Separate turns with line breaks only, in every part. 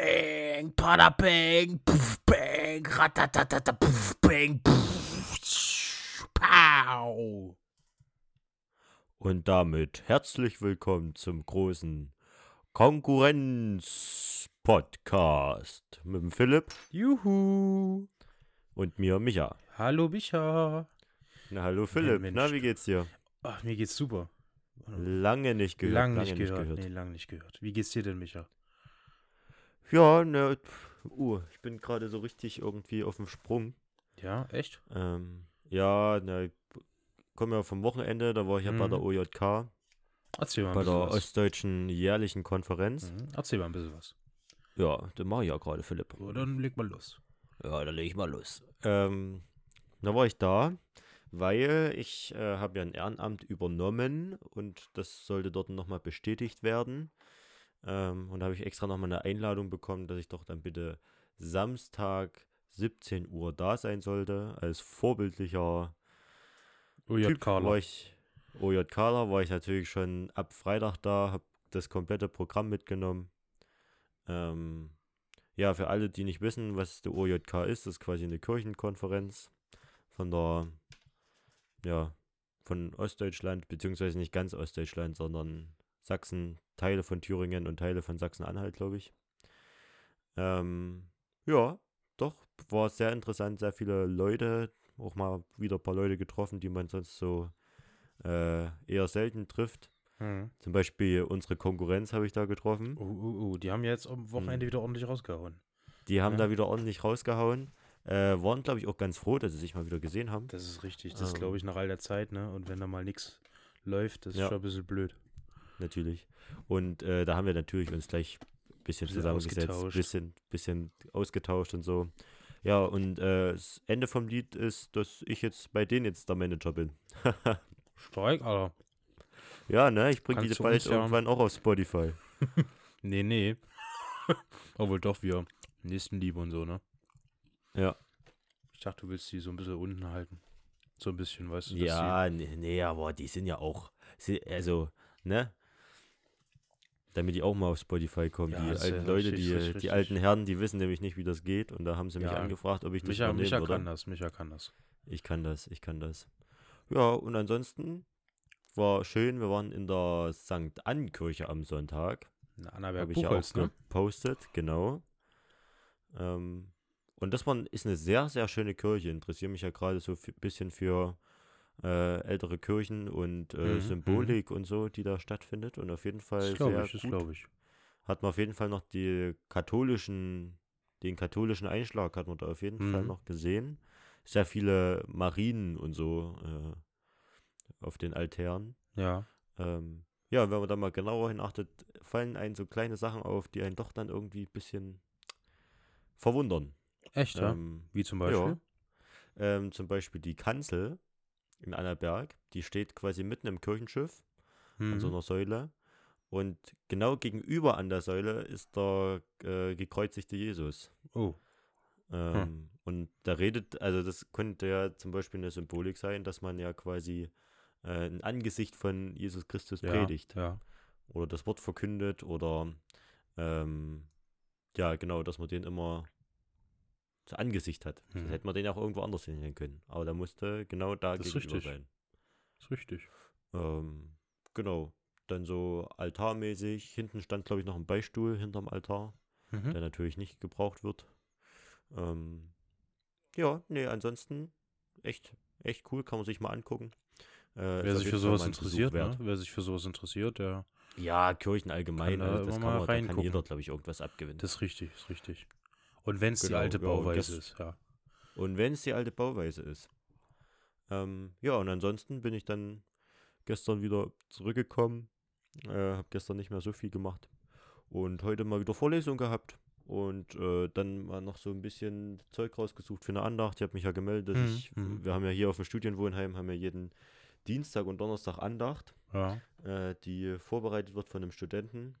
bang, pada bang, puff bang, ratatatata, puff bang, puff, tsch, pow.
Und damit herzlich willkommen zum großen Konkurrenz-Podcast mit dem Philipp
Juhu.
und mir, Micha.
Hallo, Micha.
Na, hallo Philipp,
Mensch.
na, wie geht's dir?
Ach, mir geht's super.
Lange nicht gehört.
lang nicht gehört. Nee, lang nicht gehört. Wie geht's dir denn, Micha?
Ja, ne, pf, uh, ich bin gerade so richtig irgendwie auf dem Sprung.
Ja, echt?
Ähm, ja, ne, ich komme ja vom Wochenende, da war ich ja bei
Mhm.
der OJK,
Erzähl mal ein
bei der
bisschen was.
Ostdeutschen jährlichen Konferenz.
Mhm. Erzähl mal ein bisschen was.
Ja, den mache ich ja gerade, Philipp.
So, Oh, dann leg mal los.
Ja, dann leg ich mal los. Ähm, da war ich da, weil ich äh, habe ja ein Ehrenamt übernommen und das sollte dort nochmal bestätigt werden. Ähm, und da habe ich extra nochmal eine Einladung bekommen, dass ich doch dann bitte Samstag 17 Uhr da sein sollte. Als vorbildlicher
OJ
Typ war
Oh Carla.
ich, OJKler war ich natürlich schon ab Freitag da, habe das komplette Programm mitgenommen. Ähm, ja, für alle, die nicht wissen, was der OJK ist, das ist quasi eine Kirchenkonferenz von der, ja, von Ostdeutschland, beziehungsweise nicht ganz Ostdeutschland, sondern Sachsen, Teile von Thüringen und Teile von Sachsen-Anhalt, glaube ich. Ähm, ja, doch, war sehr interessant, sehr viele Leute, auch mal wieder ein paar Leute getroffen, die man sonst so äh, eher selten trifft.
Mhm.
Zum Beispiel unsere Konkurrenz habe ich da getroffen.
Oh, oh, oh. Die haben ja jetzt am Wochenende wieder ordentlich rausgehauen.
Die haben
Ja.
da wieder ordentlich rausgehauen. Äh, waren, glaube ich, auch ganz froh, dass sie sich mal wieder gesehen haben.
Das ist richtig. Das
Ähm.
glaube ich nach all der Zeit, ne? Und wenn da mal nichts läuft, das ist
Ja.
schon ein bisschen blöd.
Natürlich. Und äh, da haben wir natürlich uns gleich ein bisschen
Bisschen
zusammengesetzt, ein
ausgetauscht.
bisschen, bisschen ausgetauscht und so. Ja, und äh, das Ende vom Lied ist, dass ich jetzt bei denen jetzt der Manager bin.
Streik, Alter.
Ja, ne, ich bringe die
Kannst du
bald
uns ja-
irgendwann auch auf Spotify.
Nee, nee. Obwohl doch wir Nächstenliebe und so, ne?
Ja.
Ich dachte, du willst die so ein bisschen unten halten. So ein bisschen, weißt du, dass die-
Ja, nee, nee, aber die sind ja auch, sie- also, ne? Damit die auch mal auf Spotify kommen.
Ja,
die
ist ja
alten Leute,
richtig,
die,
richtig,
die
richtig.
alten Herren, die wissen nämlich nicht, wie das geht. Und da haben sie mich
Ja,
angefragt, ob ich das
Micha,
übernehmen
Micha
würde.
kann das, Micha kann das.
Ich kann das, ich kann das. Ja, und ansonsten war schön, wir waren in der St. Ann-Kirche am Sonntag.
Na,
Habe
Annaberg
ich ja
Buchholz,
auch
ne?
gepostet, halt, genau. Ähm, und das war, ist eine sehr, sehr schöne Kirche. Interessiere mich ja gerade so ein bisschen für äh, ältere Kirchen und äh,
Mhm,
Symbolik und so, die da stattfindet. Und auf jeden Fall
Das glaube
sehr
ich, das
gut.
glaube ich.
hat man auf jeden Fall noch die katholischen, den katholischen Einschlag hat man da auf jeden Fall
Mhm.
noch gesehen. Sehr viele Marien und so äh, auf den Altären.
Ja.
Ähm, ja, wenn man da mal genauer hinachtet, fallen einen so kleine Sachen auf, die einen doch dann irgendwie ein bisschen verwundern.
Echt, ja?
Ähm,
Wie zum
ja.
Beispiel?
ähm, zum Beispiel die Kanzel in Annaberg, die steht quasi mitten im Kirchenschiff an so
Mhm.
einer Säule. Und genau gegenüber an der Säule ist der äh, gekreuzigte Jesus.
Oh,
Ähm, Und da redet, also das könnte ja zum Beispiel eine Symbolik sein, dass man ja quasi äh, ein Angesicht von Jesus Christus
ja,
predigt
ja.
oder das Wort verkündet oder ähm, ja, genau, dass man den immer zu Angesicht hat.
Mhm.
Das hätte man den auch irgendwo anders hinhängen können. Aber der musste genau da
Das ist
gegenüber
richtig.
sein.
Ist richtig.
Ähm, genau. Dann so altarmäßig. Hinten stand, glaube ich, noch ein Beistuhl hinterm Altar,
Mhm.
der natürlich nicht gebraucht wird. Ähm, ja, nee, ansonsten echt, echt cool, kann man sich mal angucken. Äh, ist
Wer
auf
sich
jeden
für
Fall
sowas
mal ein Besuch
interessiert,
wert.
ne? Wer sich für sowas interessiert, der.
Ja, Kirchen allgemein,
da
also das
immer
kann
mal
man, da kann
reingucken.
jeder, glaube ich, irgendwas abgewinnen.
Das ist richtig, ist richtig. Und wenn es die
Genau,
alte
ja, und
Bauweise
das-
ist, ja.
Und wenn es die alte Bauweise ist. Ähm, ja, und ansonsten bin ich dann gestern wieder zurückgekommen, äh, habe gestern nicht mehr so viel gemacht und heute mal wieder Vorlesung gehabt und äh, dann mal noch so ein bisschen Zeug rausgesucht für eine Andacht. Ich habe mich ja gemeldet, dass
Mhm,
ich,
mhm.
wir haben ja hier auf dem Studienwohnheim, haben wir jeden Dienstag und Donnerstag Andacht.
Ja.
äh, die vorbereitet wird von einem Studenten.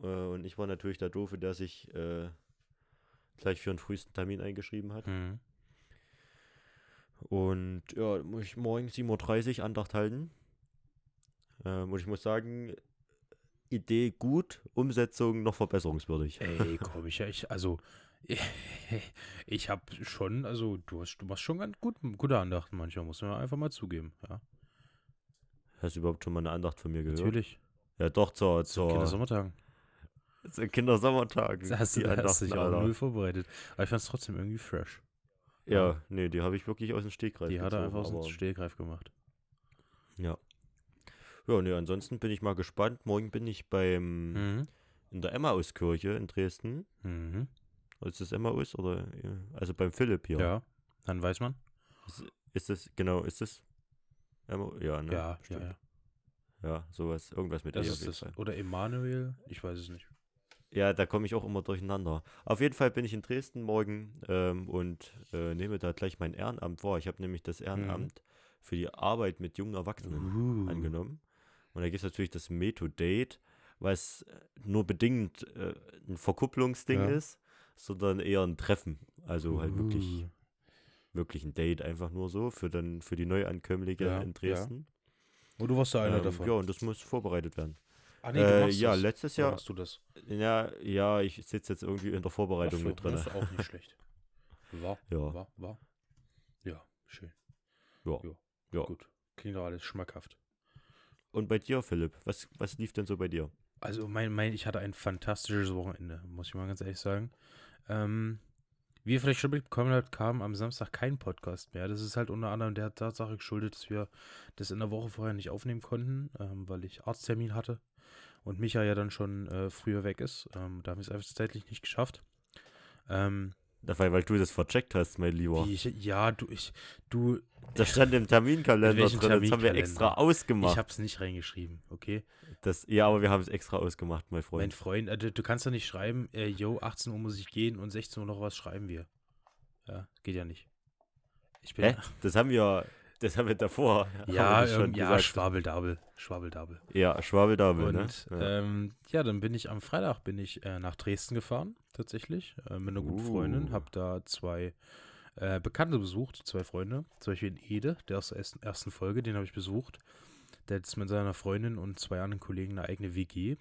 Äh, und ich war natürlich der Doofe, der sich äh, gleich für den frühesten Termin eingeschrieben hat.
Mhm.
Und ja, muss ich morgen 7.30 Uhr Andacht halten. Ähm, und ich muss sagen, Idee gut, Umsetzung noch verbesserungswürdig.
Ey, komm, ich, ich also, ich habe schon, also, du, hast, du machst schon ganz gut, gute Andachten manchmal, muss man einfach mal zugeben, ja.
Hast du überhaupt schon mal eine Andacht von mir gehört?
Natürlich.
Ja, doch, zur,
So.
zur
Kindersommertagen.
zu Kindersommertagen.
Da hast du
Die
da hast du
Andachten
dich auch
aller.
null vorbereitet. Aber ich fand es trotzdem irgendwie fresh.
Ja, nee, die habe ich wirklich aus dem Stegreif
Die hat er
gezogen,
einfach aus dem
aber-
Stehgreif gemacht.
Ja. Ja, nee, ansonsten bin ich mal gespannt. Morgen bin ich beim,
Mhm.
in der Emmauskirche in Dresden.
Mhm.
Ist das Emmaus oder, ja, also beim Philipp hier.
Ja. dann weiß man.
Ist das, genau, ist das Emmaus? Ja, ne?
Ja, ja,
stimmt.
ja.
Ja, sowas, irgendwas mit
Das
E auf
ist
jeden
das.
Fall.
Oder Emanuel, ich weiß es nicht.
Ja, da komme ich auch immer durcheinander. Auf jeden Fall bin ich in Dresden morgen ähm, und äh, nehme da gleich mein Ehrenamt wahr. Ich habe nämlich das
Mhm.
Ehrenamt für die Arbeit mit jungen Erwachsenen
Uh.
angenommen. Und da gibt es natürlich das Meto-Date, was äh, nur bedingt äh, ein Verkupplungsding
Ja.
ist, sondern eher ein Treffen. Also halt wirklich,
Uh.
wirklich ein Date, einfach nur so für, dann, für die Neuankömmlinge
Ja,
in
ja.
Dresden.
Oh, du warst da einer
ähm,
davon.
ja, und das muss vorbereitet werden.
Ah,
äh,
machst
ja,
das.
letztes
Oder
Jahr-
machst du das?
Ja, ja ich sitze jetzt irgendwie in der Vorbereitung
Ach so,
mit drin.
Das ist auch nicht schlecht. War,
Ja.
war, war. Ja, schön.
Ja. Ja.
Gut. Klingt doch alles schmackhaft.
Und bei dir, Philipp, was, was lief denn so bei dir?
Also, mein, mein, ich hatte ein fantastisches Wochenende, muss ich mal ganz ehrlich sagen. Ähm, wie ihr vielleicht schon mitbekommen habt, kam am Samstag kein Podcast mehr. Das ist halt unter anderem der Tatsache geschuldet, dass wir das in der Woche vorher nicht aufnehmen konnten, ähm, weil ich Arzttermin hatte und Micha ja dann schon äh, früher weg ist. Ähm, da haben wir es einfach zeitlich nicht geschafft. Ähm,
Dabei, weil du das vercheckt hast, mein Lieber.
wie ich, ja, du, ich, du,
Das stand im
In
Terminkalender
welchem
drin, das haben wir
Terminkalender?
extra
ich
ausgemacht.
hab's nicht reingeschrieben, okay?
Das, ja, aber wir haben es extra ausgemacht, mein
Mein
Freund.
Freund, äh, du, du kannst doch nicht schreiben, äh, yo, 18 Uhr muss ich gehen und 16 Uhr noch was schreiben wir. Ja, geht ja nicht. Ich bin.
Hä? Das haben wir, das haben wir davor. haben wir
Ja,
das
ähm, ja,
gesagt.
Schwabeldabel. Schwabeldabel.
ja, Schwabeldabel, ne?
Und
Ja.
ähm, ja, dann bin ich am Freitag bin ich äh, nach Dresden gefahren, tatsächlich, äh, mit einer guten Freundin.
Uh.
Habe da zwei äh, Bekannte besucht, zwei Freunde. Zum Beispiel den Ede, der aus der ersten, ersten Folge, den habe ich besucht. Der hat jetzt mit seiner Freundin und zwei anderen Kollegen eine eigene WG.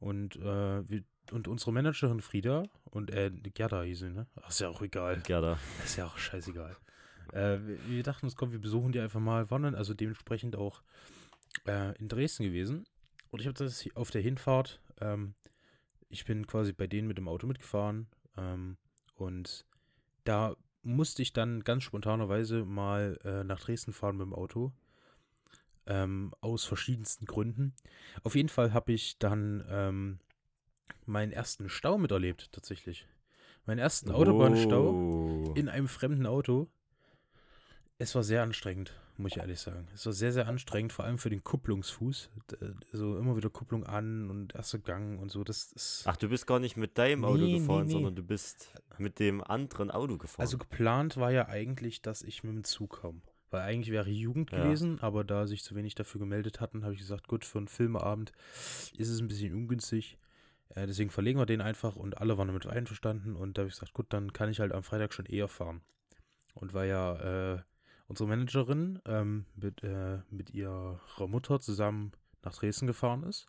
Und, äh, wir, und unsere Managerin Frieda und äh, Gerda hieß sie, ne? Ach, ist ja auch egal.
Gerda.
Ist ja auch scheißegal. Äh, wir, wir dachten uns, komm, wir besuchen die einfach mal. Waren dann also dementsprechend auch äh, in Dresden gewesen. Und ich habe das hi- auf der Hinfahrt, ähm, ich bin quasi bei denen mit dem Auto mitgefahren. Ähm, und da musste ich dann ganz spontanerweise mal äh, nach Dresden fahren mit dem Auto. Ähm, aus verschiedensten Gründen. Auf jeden Fall habe ich dann ähm, meinen ersten Stau miterlebt, tatsächlich. Meinen ersten Autobahnstau
Oh.
in einem fremden Auto. Es war sehr anstrengend, muss ich ehrlich sagen. Es war sehr, sehr anstrengend, vor allem für den Kupplungsfuß. D- So immer wieder Kupplung an und erster Gang und so. Das ist
Ach, du bist gar nicht mit deinem Auto
Nee, nee,
gefahren,
nee.
sondern du bist mit dem anderen Auto gefahren.
also geplant war ja eigentlich, dass ich mit dem Zug komme. Weil eigentlich wäre Jugend
Ja.
gewesen, aber da sich zu wenig dafür gemeldet hatten, habe ich gesagt, gut, für einen Filmeabend ist es ein bisschen ungünstig. Äh, deswegen verlegen wir den einfach und alle waren damit einverstanden und da habe ich gesagt, gut, dann kann ich halt am Freitag schon eher fahren. Und war ja äh, unsere Managerin ähm, mit, äh, mit ihrer Mutter zusammen nach Dresden gefahren ist,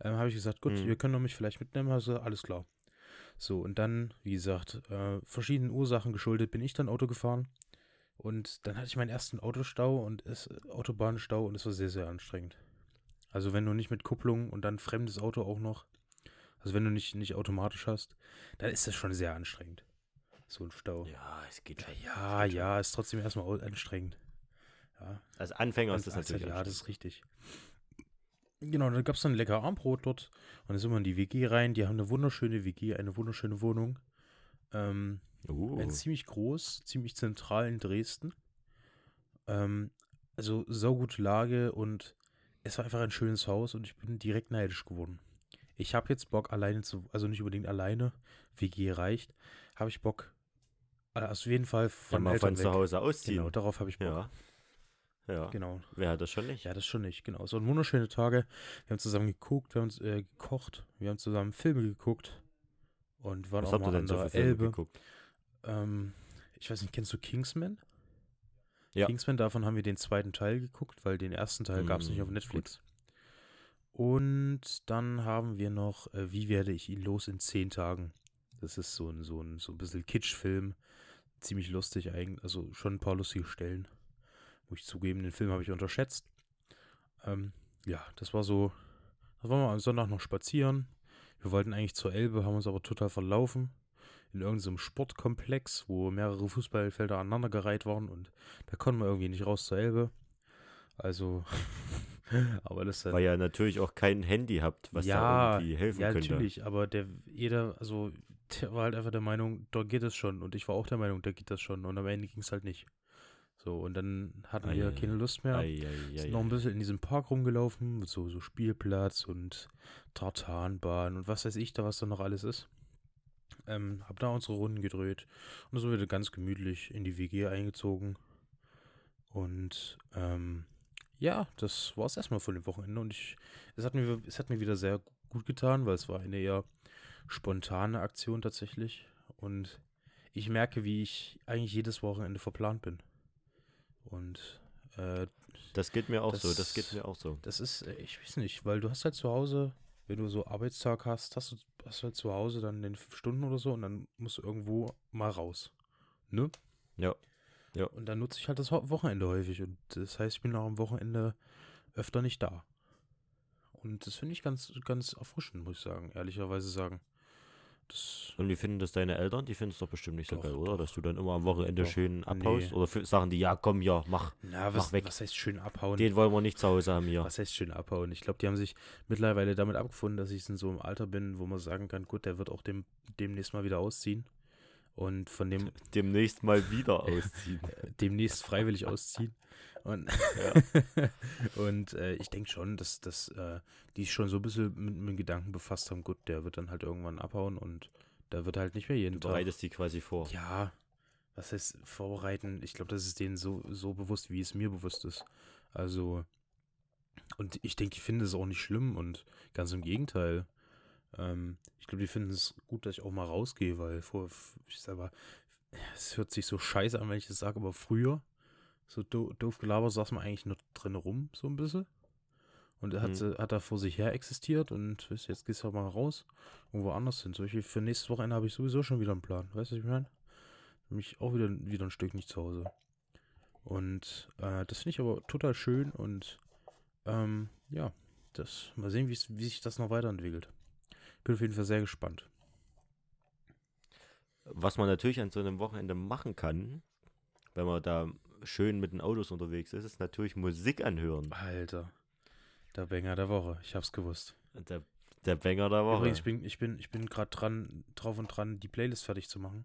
ähm, habe ich gesagt, gut,
Mhm.
wir können doch mich vielleicht mitnehmen. Also alles klar. So, und dann, wie gesagt, äh, verschiedenen Ursachen geschuldet bin ich dann Auto gefahren. Und dann hatte ich meinen ersten Autostau und es, Autobahnstau und es war sehr, sehr anstrengend. Also wenn du nicht mit Kupplung und dann fremdes Auto auch noch, also wenn du nicht, nicht automatisch hast, dann ist das schon sehr anstrengend. So ein Stau.
ja, Ah, es geht schon.
Ja, ja, ist trotzdem erstmal au- anstrengend. Ja,
Als Anfänger ist
ganz
das
anstrengend.
natürlich.
ja das
anstrengend.
ist richtig. Genau, dann gab es dann lecker Armbrot dort. Und dann sind wir in die WG rein. Die haben eine wunderschöne WG, eine wunderschöne Wohnung. Ähm,
Oh.
ein ziemlich groß, ziemlich zentral in Dresden. Ähm, also saugute Lage und es war einfach ein schönes Haus und ich bin direkt neidisch geworden. Ich habe jetzt Bock alleine zu, also nicht unbedingt alleine, WG reicht, habe ich Bock, äh, auf jeden Fall
ja,
von,
mal
Eltern
von zu
weg.
Hause ausziehen.
Genau, darauf habe ich Bock.
Ja. Ja.
Genau.
Wer hat das schon nicht?
Ja, das schon nicht, genau. Es waren wunderschöne Tage. Wir haben zusammen geguckt, wir haben uns, äh, gekocht, wir haben zusammen Filme geguckt und waren
Was
auch
habt ihr
mal
denn
an
so
der
für Filme
Elbe.
geguckt?
Ähm, ich weiß nicht, kennst du Kingsman?
Ja.
Kingsman, davon haben wir den zweiten Teil geguckt, weil den ersten Teil gab es nicht auf
Mm,
Netflix. Und dann haben wir noch äh, Wie werde ich ihn los in zehn Tagen? Das ist so ein, so ein, so ein bisschen Kitsch-Film. Ziemlich lustig eigentlich. Also schon ein paar lustige Stellen. Muss ich zugeben, den Film habe ich unterschätzt. Ähm, ja, das war so. Da waren wir am Sonntag noch spazieren. Wir wollten eigentlich zur Elbe, haben uns aber total verlaufen. In irgendeinem Sportkomplex, wo mehrere Fußballfelder aneinandergereiht waren und da konnten wir irgendwie nicht raus zur Elbe. Also, aber das ist dann
Weil ihr natürlich auch kein Handy habt, was da irgendwie helfen
ja,
könnte.
natürlich, aber der, jeder, also, der war halt einfach der Meinung, da geht es schon. Und ich war auch der Meinung, da geht das schon. Und am Ende ging es halt nicht. So, und dann hatten wir
Eieiei.
keine Lust mehr.
Ei, ei,
sind
ei,
noch ein
ei.
bisschen in diesem Park rumgelaufen, mit so, so Spielplatz und Tartanbahn und was weiß ich da, was da noch alles ist. Ähm, hab da unsere Runden gedreht und so wieder ganz gemütlich in die WG eingezogen. Und ähm, ja, das war es erstmal von dem Wochenende und ich, es hat mir, es hat mir wieder sehr gut getan, weil es war eine eher spontane Aktion tatsächlich und ich merke, wie ich eigentlich jedes Wochenende verplant bin. Und äh,
Das geht mir auch so,
Das-
das geht mir auch so.
das ist, äh, ich weiß nicht, weil du hast halt zu Hause, wenn du so Arbeitstag hast, hast du, hast du halt zu Hause dann den fünf Stunden oder so und dann musst du irgendwo mal raus. Ne?
Ja. Ja.
Und dann nutze ich halt das Ho- Wochenende häufig und das heißt, ich bin auch am Wochenende öfter nicht da. Und das finde ich ganz, ganz erfrischend, muss ich sagen, ehrlicherweise sagen. Das
Und wie finden das deine Eltern? Die finden es doch bestimmt nicht so
Doch,
geil, oder?
doch.
Dass du dann immer am Wochenende
Doch.
schön abhaust?
Nee.
Oder für, sagen die, ja, komm, ja, mach.
Na,
Mach
was,
weg.
was heißt schön abhauen?
Den wollen wir nicht zu Hause haben hier.
Was heißt schön abhauen? Ich glaube, die haben sich mittlerweile damit abgefunden, dass ich in so einem Alter bin, wo man sagen kann, gut, der wird auch dem, demnächst mal wieder ausziehen. Und von dem äh,
Demnächst mal wieder ausziehen.
demnächst freiwillig ausziehen. Und, und äh, ich denke schon, dass, dass äh, die sich schon so ein bisschen mit, mit dem Gedanken befasst haben, gut, der wird dann halt irgendwann abhauen und da wird halt nicht mehr jeden
Du
Tag.
bereitest die quasi vor.
Ja, was heißt vorbereiten? Ich glaube, das ist denen so, so bewusst, wie es mir bewusst ist. Also, und ich denke, die finden es auch nicht schlimm und ganz im Gegenteil. Ähm, ich glaube, die finden es gut, dass ich auch mal rausgehe, weil vor, ich sag mal, es hört sich so scheiße an, wenn ich das sage, aber früher, so do, doof gelabert, saß man eigentlich nur drin rum, so ein bisschen. Und er hat,
Mhm.
hat da vor sich her existiert und weißt, du, jetzt gehst du halt mal raus, irgendwo anders hin. Zum Beispiel für nächstes Wochenende habe ich sowieso schon wieder einen Plan. Weißt du, was ich meine? Mich auch wieder, wieder ein Stück nicht zu Hause. Und äh, das finde ich aber total schön und ähm, ja, das, mal sehen, wie's- wie sich das noch weiterentwickelt. Bin auf jeden Fall sehr gespannt.
Was man natürlich an so einem Wochenende machen kann, wenn man da schön mit den Autos unterwegs ist, ist natürlich Musik anhören.
Alter, der Banger der Woche. Ich hab's gewusst.
Der, der Banger der Woche.
Übrigens, ich bin, ich bin, ich bin gerade dran, drauf und dran, die Playlist fertig zu machen.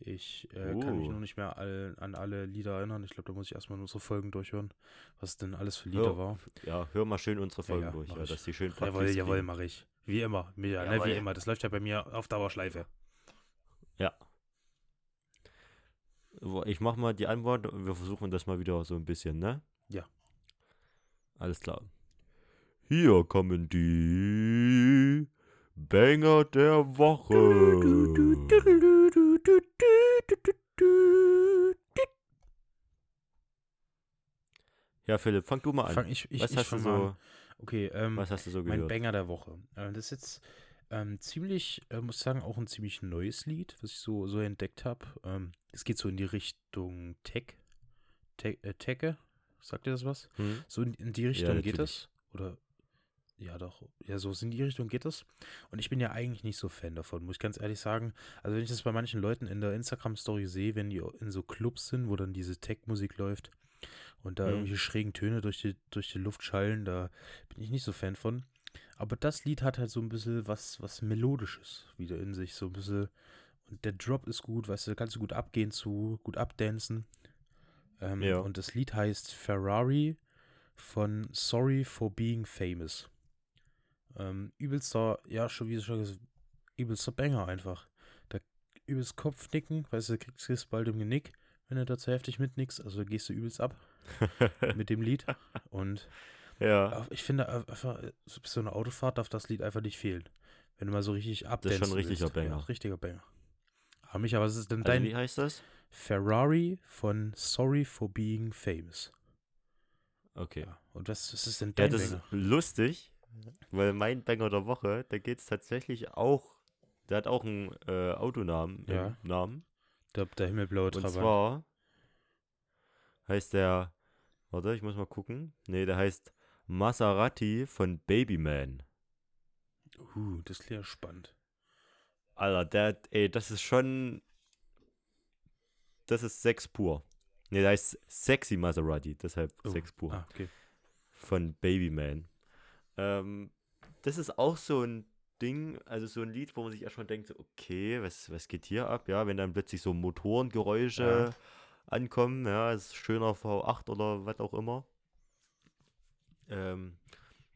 Ich äh, kann mich
Oh.
noch nicht mehr all, an alle Lieder erinnern. Ich glaube, da muss ich erstmal unsere Folgen durchhören, was denn alles für Lieder
Ja,
war.
ja, hör mal schön unsere Folgen
ja,
durch,
mach
ja,
ich.
dass die schön
Jawohl,
praktisch
jawohl,
klingen.
mache ich. Wie immer. Ja, ne,
Jawohl.
wie immer. Das läuft ja bei mir auf Dauerschleife.
Wo- Ich mach mal die Antwort und wir versuchen das mal wieder so ein bisschen, ne?
Ja.
Alles klar. Hier kommen die Banger der Woche. Ja, Philipp, fang du mal an.
Fang ich, ich,
was,
ich
hast du
fang mal an.
so,
Okay, ähm,
was hast du so
mein
gehört?
Banger der Woche. Äh, das ist jetzt ähm, ziemlich, äh, muss ich sagen, auch ein ziemlich neues Lied, was ich so, so entdeckt habe. Ähm, es geht so in die Richtung Tech. Tech äh, Techke? Sagt ihr das was?
Hm?
So in, in die Richtung geht
natürlich.
das? Oder ja doch, ja so in die Richtung geht das. Und ich bin ja eigentlich nicht so Fan davon, muss ich ganz ehrlich sagen. Also wenn ich das bei manchen Leuten in der Instagram Story sehe, wenn die in so Clubs sind, wo dann diese Tech Musik läuft und da
Mhm.
irgendwelche schrägen Töne durch die durch die Luft schallen, da bin ich nicht so Fan von. Aber das Lied hat halt so ein bisschen was was melodisches wieder in sich, so ein bisschen und der Drop ist gut, weißt du, da kannst du gut abgehen zu, gut abdancen. Ähm,
Ja.
Und das Lied heißt Ferrari von Sorry for Being Famous. Ähm, übelster, ja, schon wie schon gesagt, übelster Banger einfach. Da übelst Kopfnicken, weißt du, kriegst du bald im Genick, wenn du da zu heftig mitnickst, also gehst du übelst ab mit dem Lied. Und
ja, Also
äh, ich finde äh, einfach, äh, so- so eine Autofahrt darf das Lied einfach nicht fehlen. Wenn du mal so richtig
ist
abdancen
schon ein richtiger
willst. Ja,
Banger.
richtiger Banger. Aber mich, aber was ist denn
also
dein
wie heißt das?
Ferrari von Sorry for Being Famous?
Okay.
Ja. Und was, was ist denn
Ja,
dein
das ist
Banger?
lustig, Weil mein Banger der Woche, da geht es tatsächlich auch, der hat auch einen äh, Autonamen im
Ja.
Namen.
Der, der himmelblaue
Und
Trabant.
zwar heißt der, warte, ich muss mal gucken. Nee, der heißt Maserati von Babyman.
uh, das klingt ja spannend.
Alter, der, ey, das ist schon, das ist Sex pur. Nee, der heißt Sexy Maserati, deshalb
Oh,
Sex pur.
Ah, okay.
von Babyman. Ähm, das ist auch so ein Ding, also so ein Lied, wo man sich erstmal denkt, so, okay, was, was geht hier ab? Ja, wenn dann plötzlich so Motorengeräusche ankommen, ja, ist schöner V8 oder was auch immer. Ähm,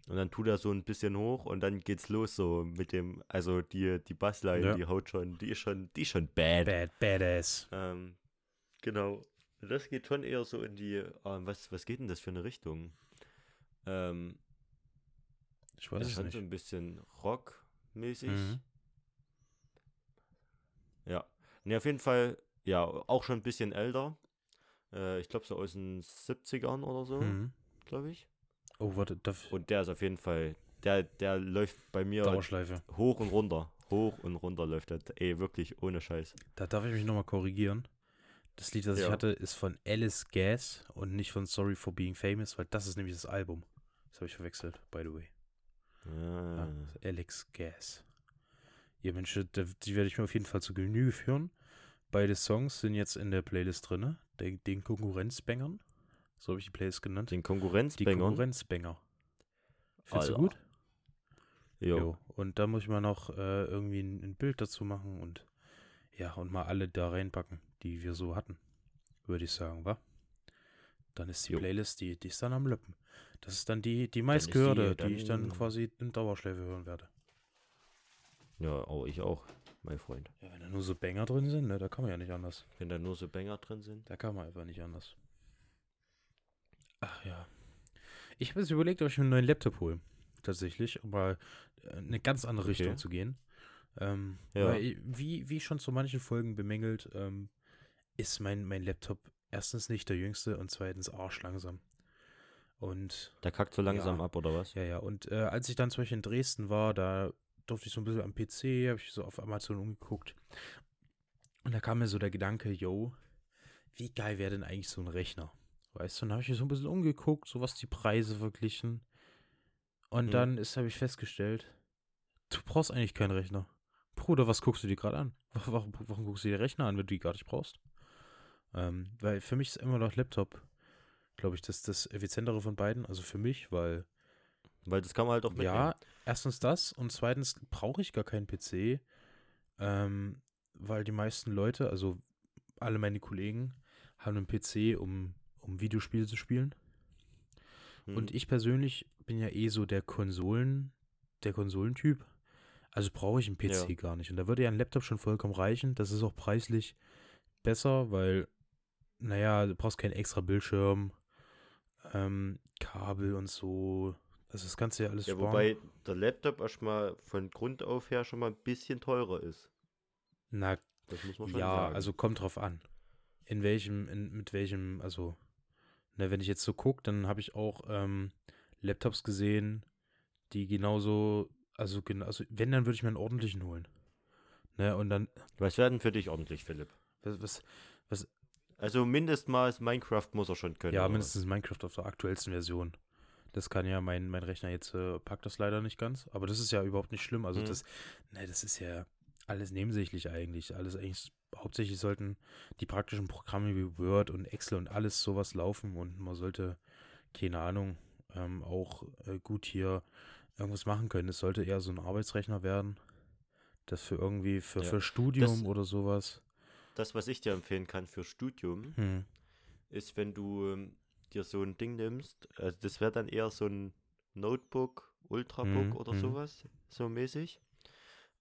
und dann tut er so ein bisschen hoch und dann geht's los so mit dem, also die, die Bassline,
Ja.
die haut schon, die ist schon, die ist schon bad.
Bad, badass.
Ähm, genau. Das geht schon eher so in die. Ähm, was, was geht denn das für eine Richtung? Ähm,
Ich weiß
das
es
schon so
nicht.
ein bisschen rockmäßig.
Mhm.
Ja. Ne, auf jeden Fall, ja, auch schon ein bisschen älter. Äh, ich glaube, so aus den 70ern oder so,
Mhm.
glaube ich.
Oh, warte, darf
Und der ist auf jeden Fall. Der, der läuft bei mir
Dauerschleife.
hoch und runter. Hoch und runter läuft er. Ey, wirklich, ohne Scheiß.
Da darf ich mich nochmal korrigieren. Das Lied, das ich
Ja.
hatte, ist von Alice Gas und nicht von Sorry for Being Famous, weil das ist nämlich das Album. Das habe ich verwechselt, by the way. Ja,
Ah.
das ist Alex Gas. Ihr Mensch, da- die werde ich mir auf jeden Fall zu Genüge führen. Beide Songs sind jetzt in der Playlist drin, den, den Konkurrenzbängern. So habe ich die Playlist genannt.
Den
die
Konkurrenzbänger.
Konkurrenzbänger. Findest du
Alter.
gut?
jo.
Jo. Und da muss ich mal noch äh, irgendwie ein, ein Bild dazu machen und ja, und mal alle da reinpacken, die wir so hatten, würde ich sagen, wa? Dann ist die
Jo.
Playlist, die, die ist dann am Löppen. Das ist dann die, die
ist die-
meistgehörte, die, ich dann
dann-
quasi in Dauerschleife hören werde.
Ja, aber ich auch, mein Freund.
Ja, wenn da nur so Banger drin sind, ne, da kann man ja nicht anders.
Wenn da nur so Banger drin sind.
Da kann man einfach nicht anders. Ach ja. Ich habe jetzt überlegt, ob ich mir einen neuen Laptop hole. Tatsächlich, um mal äh, eine ganz andere
Okay.
Richtung zu gehen. Ähm,
Ja.
weil, ich- wie, wie schon zu manchen Folgen bemängelt, ähm, ist mein, mein Laptop erstens nicht der jüngste und zweitens arschlangsam. Und
Da kackt so langsam
Ja.
ab, oder was?
ja, ja. Und äh, als ich dann zum Beispiel in Dresden war, da durfte ich so ein bisschen am PC, habe ich so auf Amazon umgeguckt. Und da kam mir so der Gedanke, yo, wie geil wäre denn eigentlich so ein Rechner? Weißt du, und da habe ich mich so ein bisschen umgeguckt, so was die Preise verglichen. Und
Hm.
dann ist, habe ich festgestellt, du brauchst eigentlich keinen Rechner. Bruder, was guckst du dir gerade an? Wa- Warum, warum guckst du dir Rechner an, wenn du die gar nicht brauchst? Ähm, weil für mich ist immer noch Laptop, glaube ich, das, das effizientere von beiden. Also für mich, weil
Weil das kann man halt auch mitnehmen.
ja, erstens das und zweitens brauche ich gar keinen PC, ähm, weil die meisten Leute, also alle meine Kollegen, haben einen PC, um, um Videospiele zu spielen.
Hm.
Und ich persönlich bin ja eh so der Konsolen, der Konsolentyp. Also brauche ich einen PC
Ja.
gar nicht. Und da würde ja ein Laptop schon vollkommen reichen. Das ist auch preislich besser, weil, naja, du brauchst keinen extra Bildschirm, ähm, Kabel und so. Also das kannst du ja alles
ja,
sparen.
wobei der Laptop erstmal von Grund auf her schon mal ein bisschen teurer ist.
Na
Das muss man schon
ja,
sagen.
also kommt drauf an. In welchem, in, mit welchem, also, ne, wenn ich jetzt so gucke, dann habe ich auch ähm, Laptops gesehen, die genauso, also, gena- also wenn, dann würde ich mir einen ordentlichen holen. Ne, und dann,
Was werden für dich ordentlich, Philipp?
was, was
Also mindestens Minecraft muss er schon können.
ja,
oder was?
mindestens Minecraft auf der aktuellsten Version. Das kann ja mein, mein Rechner jetzt, äh, packt das leider nicht ganz, aber das ist ja überhaupt nicht schlimm. Also,
Mhm.
das, ne, das ist ja alles nebensächlich eigentlich. Alles eigentlich, hauptsächlich sollten die praktischen Programme wie Word und Excel und alles sowas laufen und man sollte, keine Ahnung, ähm, auch äh, gut hier irgendwas machen können. Es sollte eher so ein Arbeitsrechner werden. Das für irgendwie, für,
Ja.
für Studium oder sowas.
Das, was ich dir empfehlen kann für Studium,
Hm.
ist, wenn du ähm, dir so ein Ding nimmst, also das wäre dann eher so ein Notebook, Ultrabook
Mhm,
oder
mhm.
sowas, so mäßig,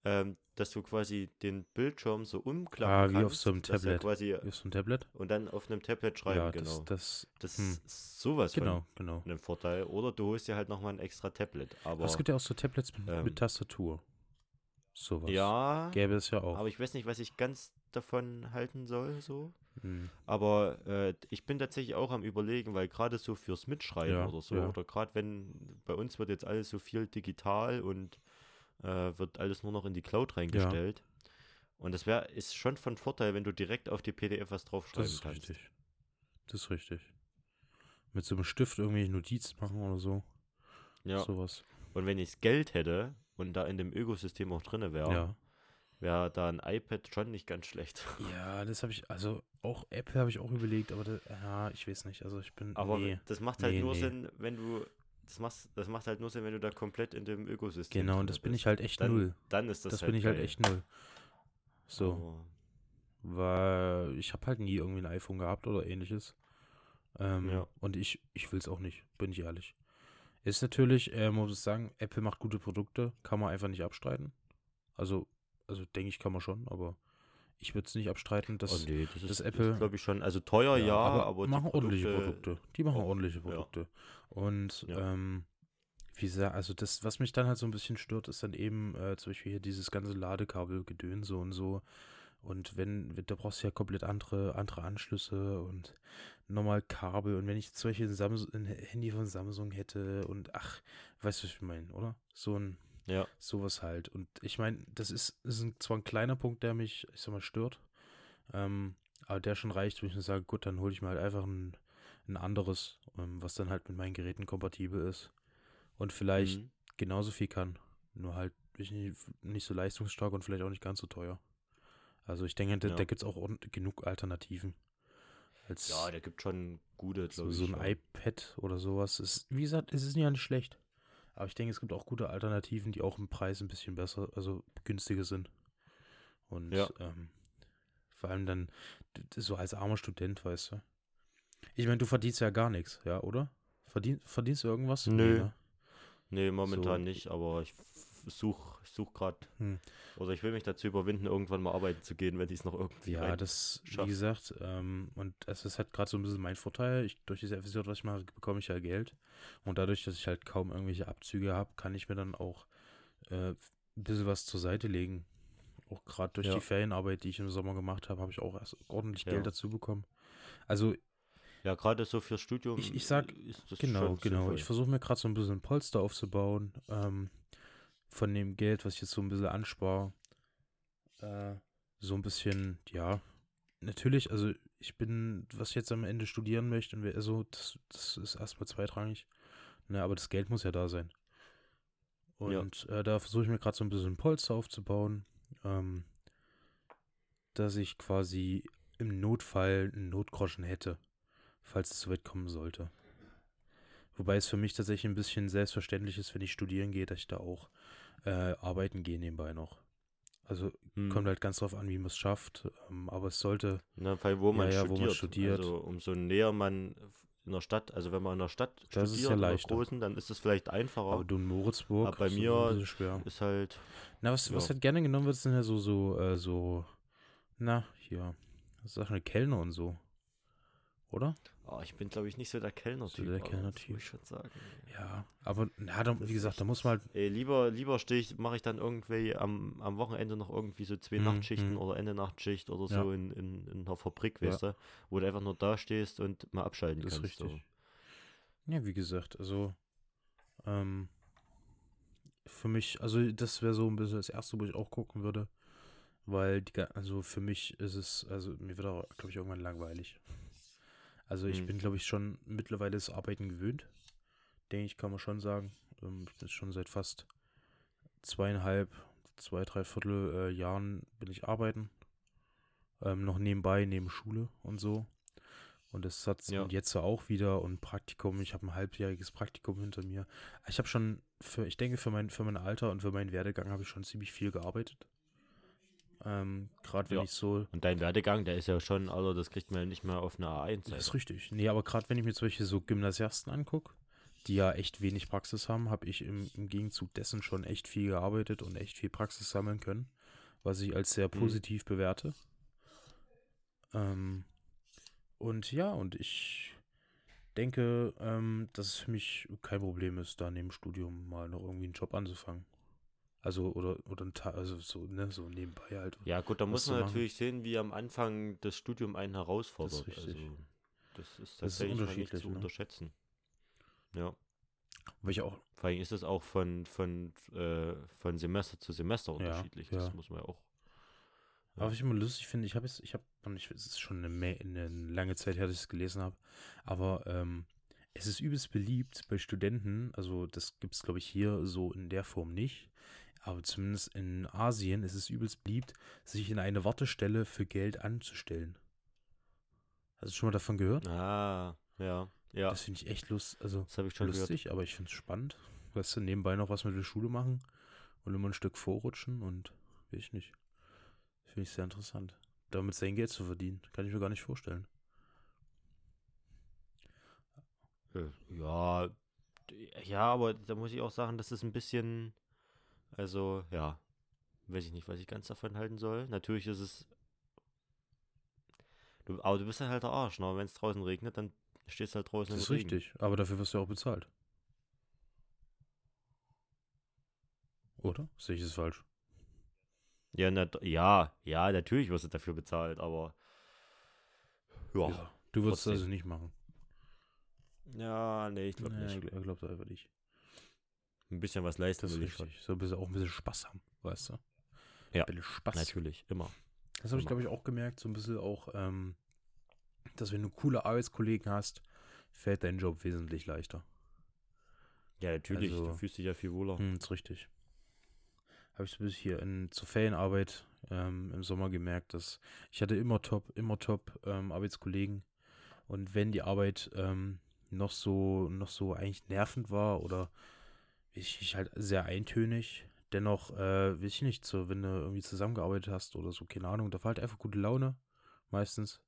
ähm, dass du quasi den Bildschirm so umklappen
Ah, wie
kannst.
auf so einem
dass er
Tablet.
Quasi,
Ist so ein Tablet?
und dann auf einem Tablet schreiben,
ja,
genau. Das,
das, hm.
ist sowas
das genau, genau.
von einem Vorteil. Oder du holst dir halt nochmal ein extra Tablet. Aber
Aber es gibt ja auch so Tablets mit,
ähm,
mit Tastatur. Sowas.
ja,
Gäbe es ja auch.
aber ich weiß nicht, was ich ganz davon halten soll, so.
Hm.
Aber äh, ich bin tatsächlich auch am Überlegen, weil gerade so fürs Mitschreiben
Ja,
oder so,
ja.
oder gerade wenn bei uns wird jetzt alles so viel digital und äh, wird alles nur noch in die Cloud reingestellt. Und das wäre ist schon von Vorteil, wenn du direkt auf die PDF was draufschreiben
Das ist
kannst.
richtig. Das ist richtig. Mit so einem Stift irgendwelche Notizen machen oder so.
Ja.
Sowas.
Und wenn ich Geld hätte und da in dem Ökosystem auch drinne wäre,
Ja.
wäre da ein iPad schon nicht ganz schlecht.
Ja, das habe ich, also auch Apple habe ich auch überlegt, aber da, ja, ich weiß nicht. Also ich bin.
Aber
nee.
das macht halt
Nee,
nur
nee.
Sinn, wenn du das machst, das macht halt nur Sinn, wenn du da komplett in dem Ökosystem
Genau, und
drinne
das bin
bist.
ich halt echt
Dann-
null.
Dann ist das,
Das
halt
bin ich halt
geil.
echt null. So.
Aber-
weil ich habe halt nie irgendwie ein iPhone gehabt oder ähnliches. Ähm,
Ja.
Und ich, ich will es auch nicht, bin ich ehrlich. Ist natürlich, äh, muss ich sagen, Apple macht gute Produkte, kann man einfach nicht abstreiten. Also, also denke ich, kann man schon, aber ich würde es nicht abstreiten, dass
oh nee, das ist,
Apple-
glaube ich, schon. Also teuer, ja, aber, die
machen ordentliche
Produkte-
Produkte. Die machen
auch-
ordentliche
ja.
Produkte. Und
Ja.
ähm, wie gesagt, also das, was mich dann halt so ein bisschen stört, ist dann eben äh, zum Beispiel hier dieses ganze Ladekabelgedön so und so. Und wenn, wenn- da brauchst du ja komplett andere, andere Anschlüsse und nochmal Kabel. Und wenn ich zum Beispiel ein, Samsung, ein Handy von Samsung hätte und ach, weißt du, was ich meine, oder? So ein,
Ja.
sowas halt. Und ich meine, das ist, ist ein, zwar ein kleiner Punkt, der mich, ich sag mal, stört. Ähm, aber der schon reicht, wo ich mir sage, gut, dann hole ich mir halt einfach ein, ein anderes, ähm, was dann halt mit meinen Geräten kompatibel ist. Und vielleicht
Mhm.
genauso viel kann. Nur halt ich nicht, nicht so leistungsstark und vielleicht auch nicht ganz so teuer. Also ich denke, da,
Ja.
da gibt es auch ordn- genug Alternativen. Als
Ja, da gibt schon gute,
so,
glaube
so
ich.
ein
ja.
iPad oder sowas. Ist, wie gesagt, es ist ja nicht schlecht. Aber ich denke, es gibt auch gute Alternativen, die auch im Preis ein bisschen besser, also günstiger sind. Und
Ja.
ähm, vor allem dann d- d- so als armer Student, weißt du. Ich meine, du verdienst ja gar nichts, ja, oder? Verdien, verdienst du irgendwas?
Nö.
ne?
Nee, momentan
So.
nicht, aber ich suche such gerade.
Hm.
Oder ich will mich dazu überwinden, irgendwann mal arbeiten zu gehen, wenn ich es noch irgendwie
Ja,
rein-
das, wie
schaffst.
gesagt, ähm, und es ist halt gerade so ein bisschen mein Vorteil. Ich, durch diese FSJ, was ich mache, bekomme ich ja Geld. Und dadurch, dass ich halt kaum irgendwelche Abzüge habe, kann ich mir dann auch äh, ein bisschen was zur Seite legen. Auch gerade durch
Ja.
die Ferienarbeit, die ich im Sommer gemacht habe, habe ich auch erst ordentlich
Ja.
Geld dazu bekommen. Also,
Ja, gerade so fürs Studium.
Ich- ich sag-
ist das
genau,
schon
genau. Ich
sinnvoll.
versuche mir gerade so ein bisschen ein Polster aufzubauen ähm, von dem Geld, was ich jetzt so ein bisschen anspare. Äh, so ein bisschen, ja, natürlich, also ich bin, was ich jetzt am Ende studieren möchte, und wer- also das, das ist erstmal zweitrangig. Ne, aber das Geld muss ja da sein.
Ja.
Und äh, da versuche ich mir gerade so ein bisschen ein Polster aufzubauen, ähm, dass ich quasi im Notfall einen Notgroschen hätte, falls es so weit kommen sollte. Wobei es für mich tatsächlich ein bisschen selbstverständlich ist, wenn ich studieren gehe, dass ich da auch äh, arbeiten gehe nebenbei noch. Also
Hm.
Kommt halt ganz drauf an, wie man es schafft. Ähm, aber es sollte.
Na, weil wo man
Ja, ja,
studiert.
wo man studiert.
Also umso näher man in der Stadt, also wenn man in der Stadt
Das ist
studiert,
ja
in der
leichter.
großen, dann ist es vielleicht einfacher.
Aber du in Moritzburg.
Aber bei
so
mir-
ein bisschen schwer.
ist halt,
Na, was, was
ja.
halt gerne genommen wird, sind ja so, so, äh, so. Na, hier. Was sag ich, Kellner und so. Oder?
Ah, ich bin glaube ich nicht so der Kellner-Typ.
So der
aber Das
Kellner-Typ.
muss ich schon sagen.
Ja. Aber, na, da,
Das ist
wie gesagt, da
echt-
muss man halt.
Ey, lieber lieber stehe ich, mache ich dann irgendwie am, am Wochenende noch irgendwie so zwei
Mhm,
Nachtschichten
mhm.
oder Ende Nachtschicht oder
Ja.
so in, in, in einer Fabrik,
Ja.
weißt du, wo du einfach nur da stehst und mal abschalten
Das ist
kannst.
richtig. Ja, wie gesagt, also. Ähm, für mich, also das wäre so ein bisschen das Erste, wo ich auch gucken würde. Weil, die, ga- also für mich ist es, also mir wird auch, glaube ich, irgendwann langweilig. Also ich
Hm.
bin, glaube ich, schon mittlerweile das Arbeiten gewöhnt. Denke ich, kann man schon sagen. Ähm, ich bin schon seit fast zweieinhalb, zwei, drei Viertel äh, Jahren bin ich arbeiten. Ähm, noch nebenbei, neben Schule und so. Und das hat
Ja.
und jetzt auch wieder und Praktikum. Ich habe ein halbjähriges Praktikum hinter mir. Ich habe schon, für, ich denke, für mein, für mein Alter und für meinen Werdegang habe ich schon ziemlich viel gearbeitet. Ähm, Gerade wenn
Ja.
ich so
Und dein Werdegang, der ist ja schon, also das kriegt man ja nicht mehr auf eine A1
Das ist
Seite.
richtig. Nee, aber gerade wenn ich mir zum Beispiel so Gymnasiasten angucke, die ja echt wenig Praxis haben, habe ich im, im Gegenzug dessen schon echt viel gearbeitet und echt viel Praxis sammeln können, was ich als sehr positiv bewerte. Ähm, und ja, und ich denke, ähm, dass es für mich kein Problem ist, da neben dem Studium mal noch irgendwie einen Job anzufangen. Also, oder, oder ein Teil, also so, ne, so nebenbei halt.
Ja, gut, da
Was
muss
zu
man
machen.
natürlich sehen, wie am Anfang das Studium einen herausfordert.
Das ist richtig.
Also, das ist
Das ist
tatsächlich mal nicht
unterschiedlich,
zu
ne?
unterschätzen. Ja.
Weil ich auch,
Vor allem ist es auch von, von, äh, von Semester zu Semester
Ja,
unterschiedlich. Das
ja.
muss man ja auch.
aber was ich immer lustig finde, ich habe es, ich habe, ich, es ist schon eine, Mä- eine lange Zeit her, dass ich es gelesen habe, aber ähm, es ist übelst beliebt bei Studenten, also das gibt es, glaube ich, hier so in der Form nicht, aber zumindest in Asien ist es übelst beliebt, sich in eine Wartestelle für Geld anzustellen. Hast du schon mal davon gehört?
Ah, ja. Ja,
Das
das,
finde ich echt lust, also
habe ich schon gehört.
lustig, aber ich finde es spannend. Weißt du, nebenbei noch was mit der Schule machen und immer ein Stück vorrutschen und will ich nicht. Finde ich sehr interessant. Damit sein Geld zu verdienen, kann ich mir gar nicht vorstellen.
Äh, Ja, d- ja, aber da muss ich auch sagen, das ist ein bisschen, also ja, weiß ich nicht, was ich ganz davon halten soll. Natürlich ist es, du, aber du bist dann halt der Arsch, ne? Wenn es draußen regnet, dann stehst du halt draußen
Das
im
ist
Regen.
richtig, aber dafür wirst du ja auch bezahlt. Oder? Sehe ich es falsch?
Ja, na, d- ja, ja, natürlich wirst du dafür bezahlt, aber ja. Ja,
Du würdest es
trotzdem.
also nicht machen.
nee, ich glaube
Nee,
nicht.
Er gl- er glaubt einfach nicht.
Ein bisschen was leisten
Das ist
will ich schon.
richtig. So ein bisschen, auch ein bisschen Spaß haben, weißt du?
Ja,
Ein bisschen Spaß.
Natürlich, immer.
Das habe ich,
Immer.
glaube ich, auch gemerkt, so ein bisschen auch, ähm, dass wenn du coole Arbeitskollegen hast, fällt dein Job wesentlich leichter.
Ja, natürlich, du
Also-
fühlst dich ja viel wohler.
Hm, ist richtig. Habe ich so ein bisschen hier in, zur Ferienarbeit ähm, im Sommer gemerkt, dass ich hatte immer top, immer top ähm, Arbeitskollegen. Und wenn die Arbeit ähm, noch so, noch so eigentlich nervend war oder ich, ich halt sehr eintönig, dennoch, äh, weiß ich nicht, so, wenn du irgendwie zusammengearbeitet hast oder so, keine Ahnung, da war halt einfach gute Laune, meistens.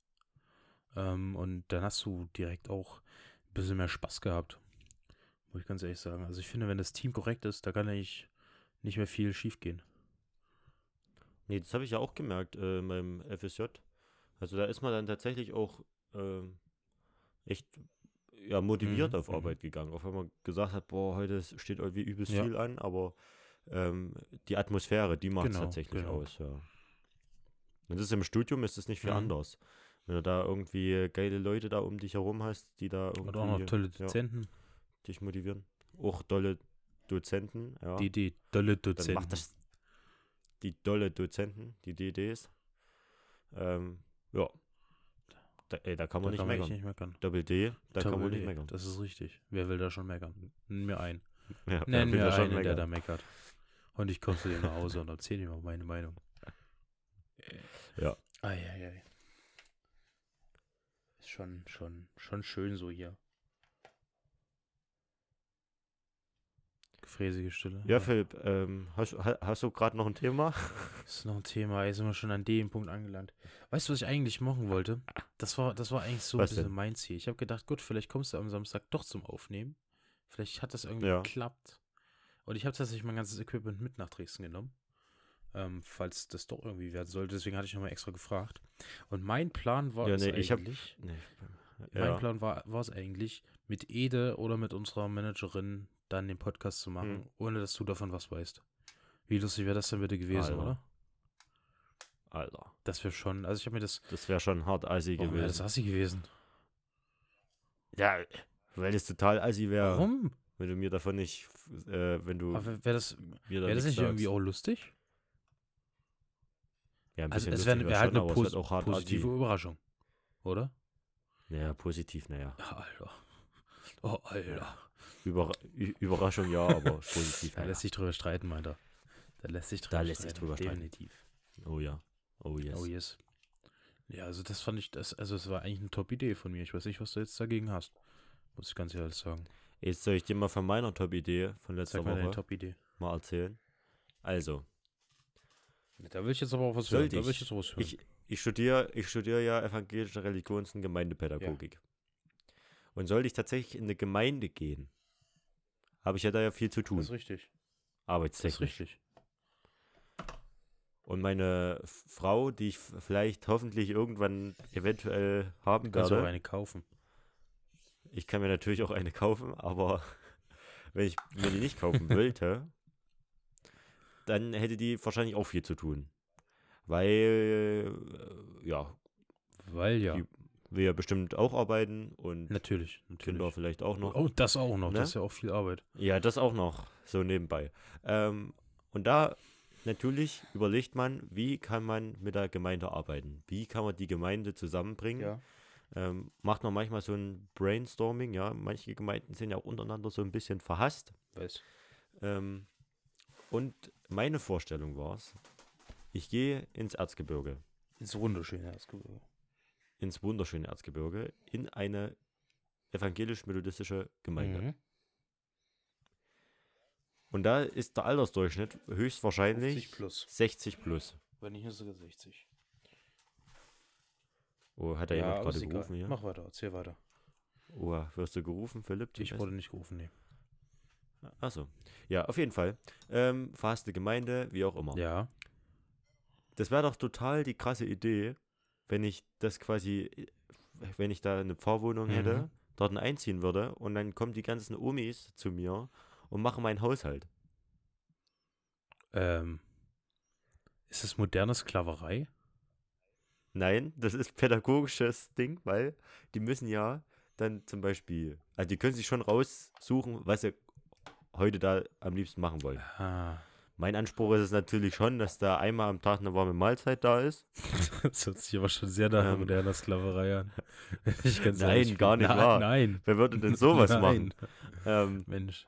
Ähm, und dann hast du direkt auch ein bisschen mehr Spaß gehabt. Muss ich ganz ehrlich sagen. Also ich finde, wenn das Team korrekt ist, da kann eigentlich nicht mehr viel schief gehen.
Nee, das habe ich ja auch gemerkt äh, in meinem FSJ. Also da ist man dann tatsächlich auch ähm, echt ja, motiviert
Mhm,
auf
mhm.
Arbeit gegangen. Auch wenn man gesagt hat, boah, heute ist- steht irgendwie übelst
Ja.
viel an, aber ähm, die Atmosphäre, die macht es
Genau,
tatsächlich
genau.
aus, ja. Und das ist im Studium ist es nicht viel
Mhm.
anders. Wenn du da irgendwie geile Leute da um dich herum hast, die da
Und auch noch
irgendwie
tolle Dozenten.
dich motivieren. Auch tolle Dozenten, ja.
Die, die tolle
Dann
Dozenten.
macht das die dolle Dozenten, die DDs. Ähm, ja. Da, ey, da kann
da
man nicht
kann man echt
meckern.
nicht meckern.
Doppel D, da kann man
Doppel
nicht
E,
meckern.
Das ist richtig. Wer will da schon meckern? Nenn mir einen.
Ja, wer
Nenn
will
mir
da schon
einen, der
meckern?
da meckert. Und ich komme zu dem nach Hause und erzähle ihm auch meine Meinung.
Ja.
Eieiei. Ist schon, schon, schon schön so hier. Gefräßige Stille.
Ja, Philipp, ähm, hast, ha- hast du gerade noch ein Thema?
Das ist noch ein Thema, jetzt sind wir schon an dem Punkt angelangt. Weißt du, was ich eigentlich machen wollte? Das war, das war eigentlich so
Was
ein bisschen
denn?
mein Ziel. Ich habe gedacht, gut, vielleicht kommst du am Samstag doch zum Aufnehmen. Vielleicht hat das irgendwie
Ja.
geklappt. Und ich habe tatsächlich mein ganzes Equipment mit nach Dresden genommen. Ähm, falls das doch irgendwie werden sollte. Deswegen hatte ich nochmal extra gefragt. Und mein Plan war
Ja,
es
nee, ich hab-
eigentlich.
Nee.
Mein
Ja.
Plan war, war es eigentlich, mit Ede oder mit unserer Managerin dann den Podcast zu machen,
Hm.
ohne dass du davon was weißt. Wie lustig wäre das denn bitte gewesen,
Alter.
oder?
Alter,
Das wäre schon, also ich habe mir das,
das wäre schon hart assi
warum wäre das
gewesen.
assi gewesen?
Ja, weil das total assi wäre,
Warum?
wenn du mir davon nicht, äh, wenn du
Aber wäre das,
mir da
wär das
nichts
nicht irgendwie
sagst.
auch lustig?
Ja, ein
Also
bisschen
es wäre
lustig
wär halt
schon,
eine
aber es wird
pos
auch hart
positive
assi.
Überraschung, oder?
Ja, positiv, naja.
Ja, Alter. Oh, Alter.
Überra Ü- Überraschung ja, aber positiv.
Da
naja.
lässt sich drüber streiten, meint er. Da lässt sich drüber
Da lässt sich drüber streiten.
Definitiv.
Oh ja. Oh yes.
Oh yes. Ja, also das fand ich, das, also es war eigentlich eine Top-Idee von mir. Ich weiß nicht, was du jetzt dagegen hast. Muss ich ganz ehrlich sagen.
Jetzt soll ich dir mal von meiner Top-Idee von letzter
Sag mal deine
Woche
Top-Idee.
mal erzählen. Also,
Da will ich jetzt aber auch was hören.
Sollte
Da will ich
ich-
jetzt auch was hören.
ich, ich studiere ich studiere ja evangelische Religions- und Gemeindepädagogik. Und sollte ich tatsächlich in eine Gemeinde gehen, habe ich ja da ja viel zu
das ist
tun,
richtig. Das ist
arbeitstechnisch.
richtig.
Und meine F- Frau, die ich f- vielleicht hoffentlich irgendwann eventuell haben
Kannst du auch
werde,
eine kaufen.
Ich kann mir natürlich auch eine kaufen, aber wenn ich mir die nicht kaufen wollte, dann hätte die wahrscheinlich auch viel zu tun. Weil, äh, ja,
Weil ja.
Die- wir bestimmt auch arbeiten und
Natürlich, natürlich.
Kinder vielleicht auch noch.
Oh, das auch noch.
Ne?
Das ist ja auch viel Arbeit.
Ja, das auch noch, so nebenbei. Ähm, und da natürlich überlegt man, wie kann man mit der Gemeinde arbeiten? Wie kann man die Gemeinde zusammenbringen? Ähm, macht man manchmal so ein Brainstorming, ja. Manche Gemeinden sind ja auch untereinander so ein bisschen verhasst.
Weiß.
Ähm, und meine Vorstellung war es, ich gehe ins Erzgebirge,
Ist wunderschön, ja, das Gebirge.
ins wunderschöne Erzgebirge, in eine evangelisch-methodistische Gemeinde.
Mhm.
Und da ist der Altersdurchschnitt höchstwahrscheinlich
50 plus.
60 plus.
Wenn nicht, ist sogar 60.
Oh, hat da
aber
jemand gerade
ist egal.
gerufen hier?
Mach weiter, erzähl weiter.
Oh, wirst du gerufen, Philipp? zum
Ich
Essen?
wurde nicht gerufen, nee.
Achso. Ja, auf jeden Fall. Ähm, verhasste Gemeinde, wie auch immer.
Ja,
Das wäre doch total die krasse Idee, wenn ich das quasi, äh, wenn ich da eine Pfarrwohnung
Mhm.
hätte, dort einziehen würde und dann kommen die ganzen Omis zu mir und machen meinen Haushalt.
ähm. Ist das moderne Sklaverei?
Nein, das ist pädagogisches Ding, weil die müssen ja dann zum Beispiel, also die können sich schon raussuchen, was sie heute da am liebsten machen wollen.
Ah.
Mein Anspruch ist es natürlich schon, dass da einmal am Tag eine warme Mahlzeit da ist.
Das hört sich aber schon sehr nach
Ähm.
moderner Sklaverei an. Ich kann's
Nein,
ehrlich-
gar nicht
nein,
wahr.
Nein.
Wer würde denn sowas
nein.
machen? Ähm,
Mensch,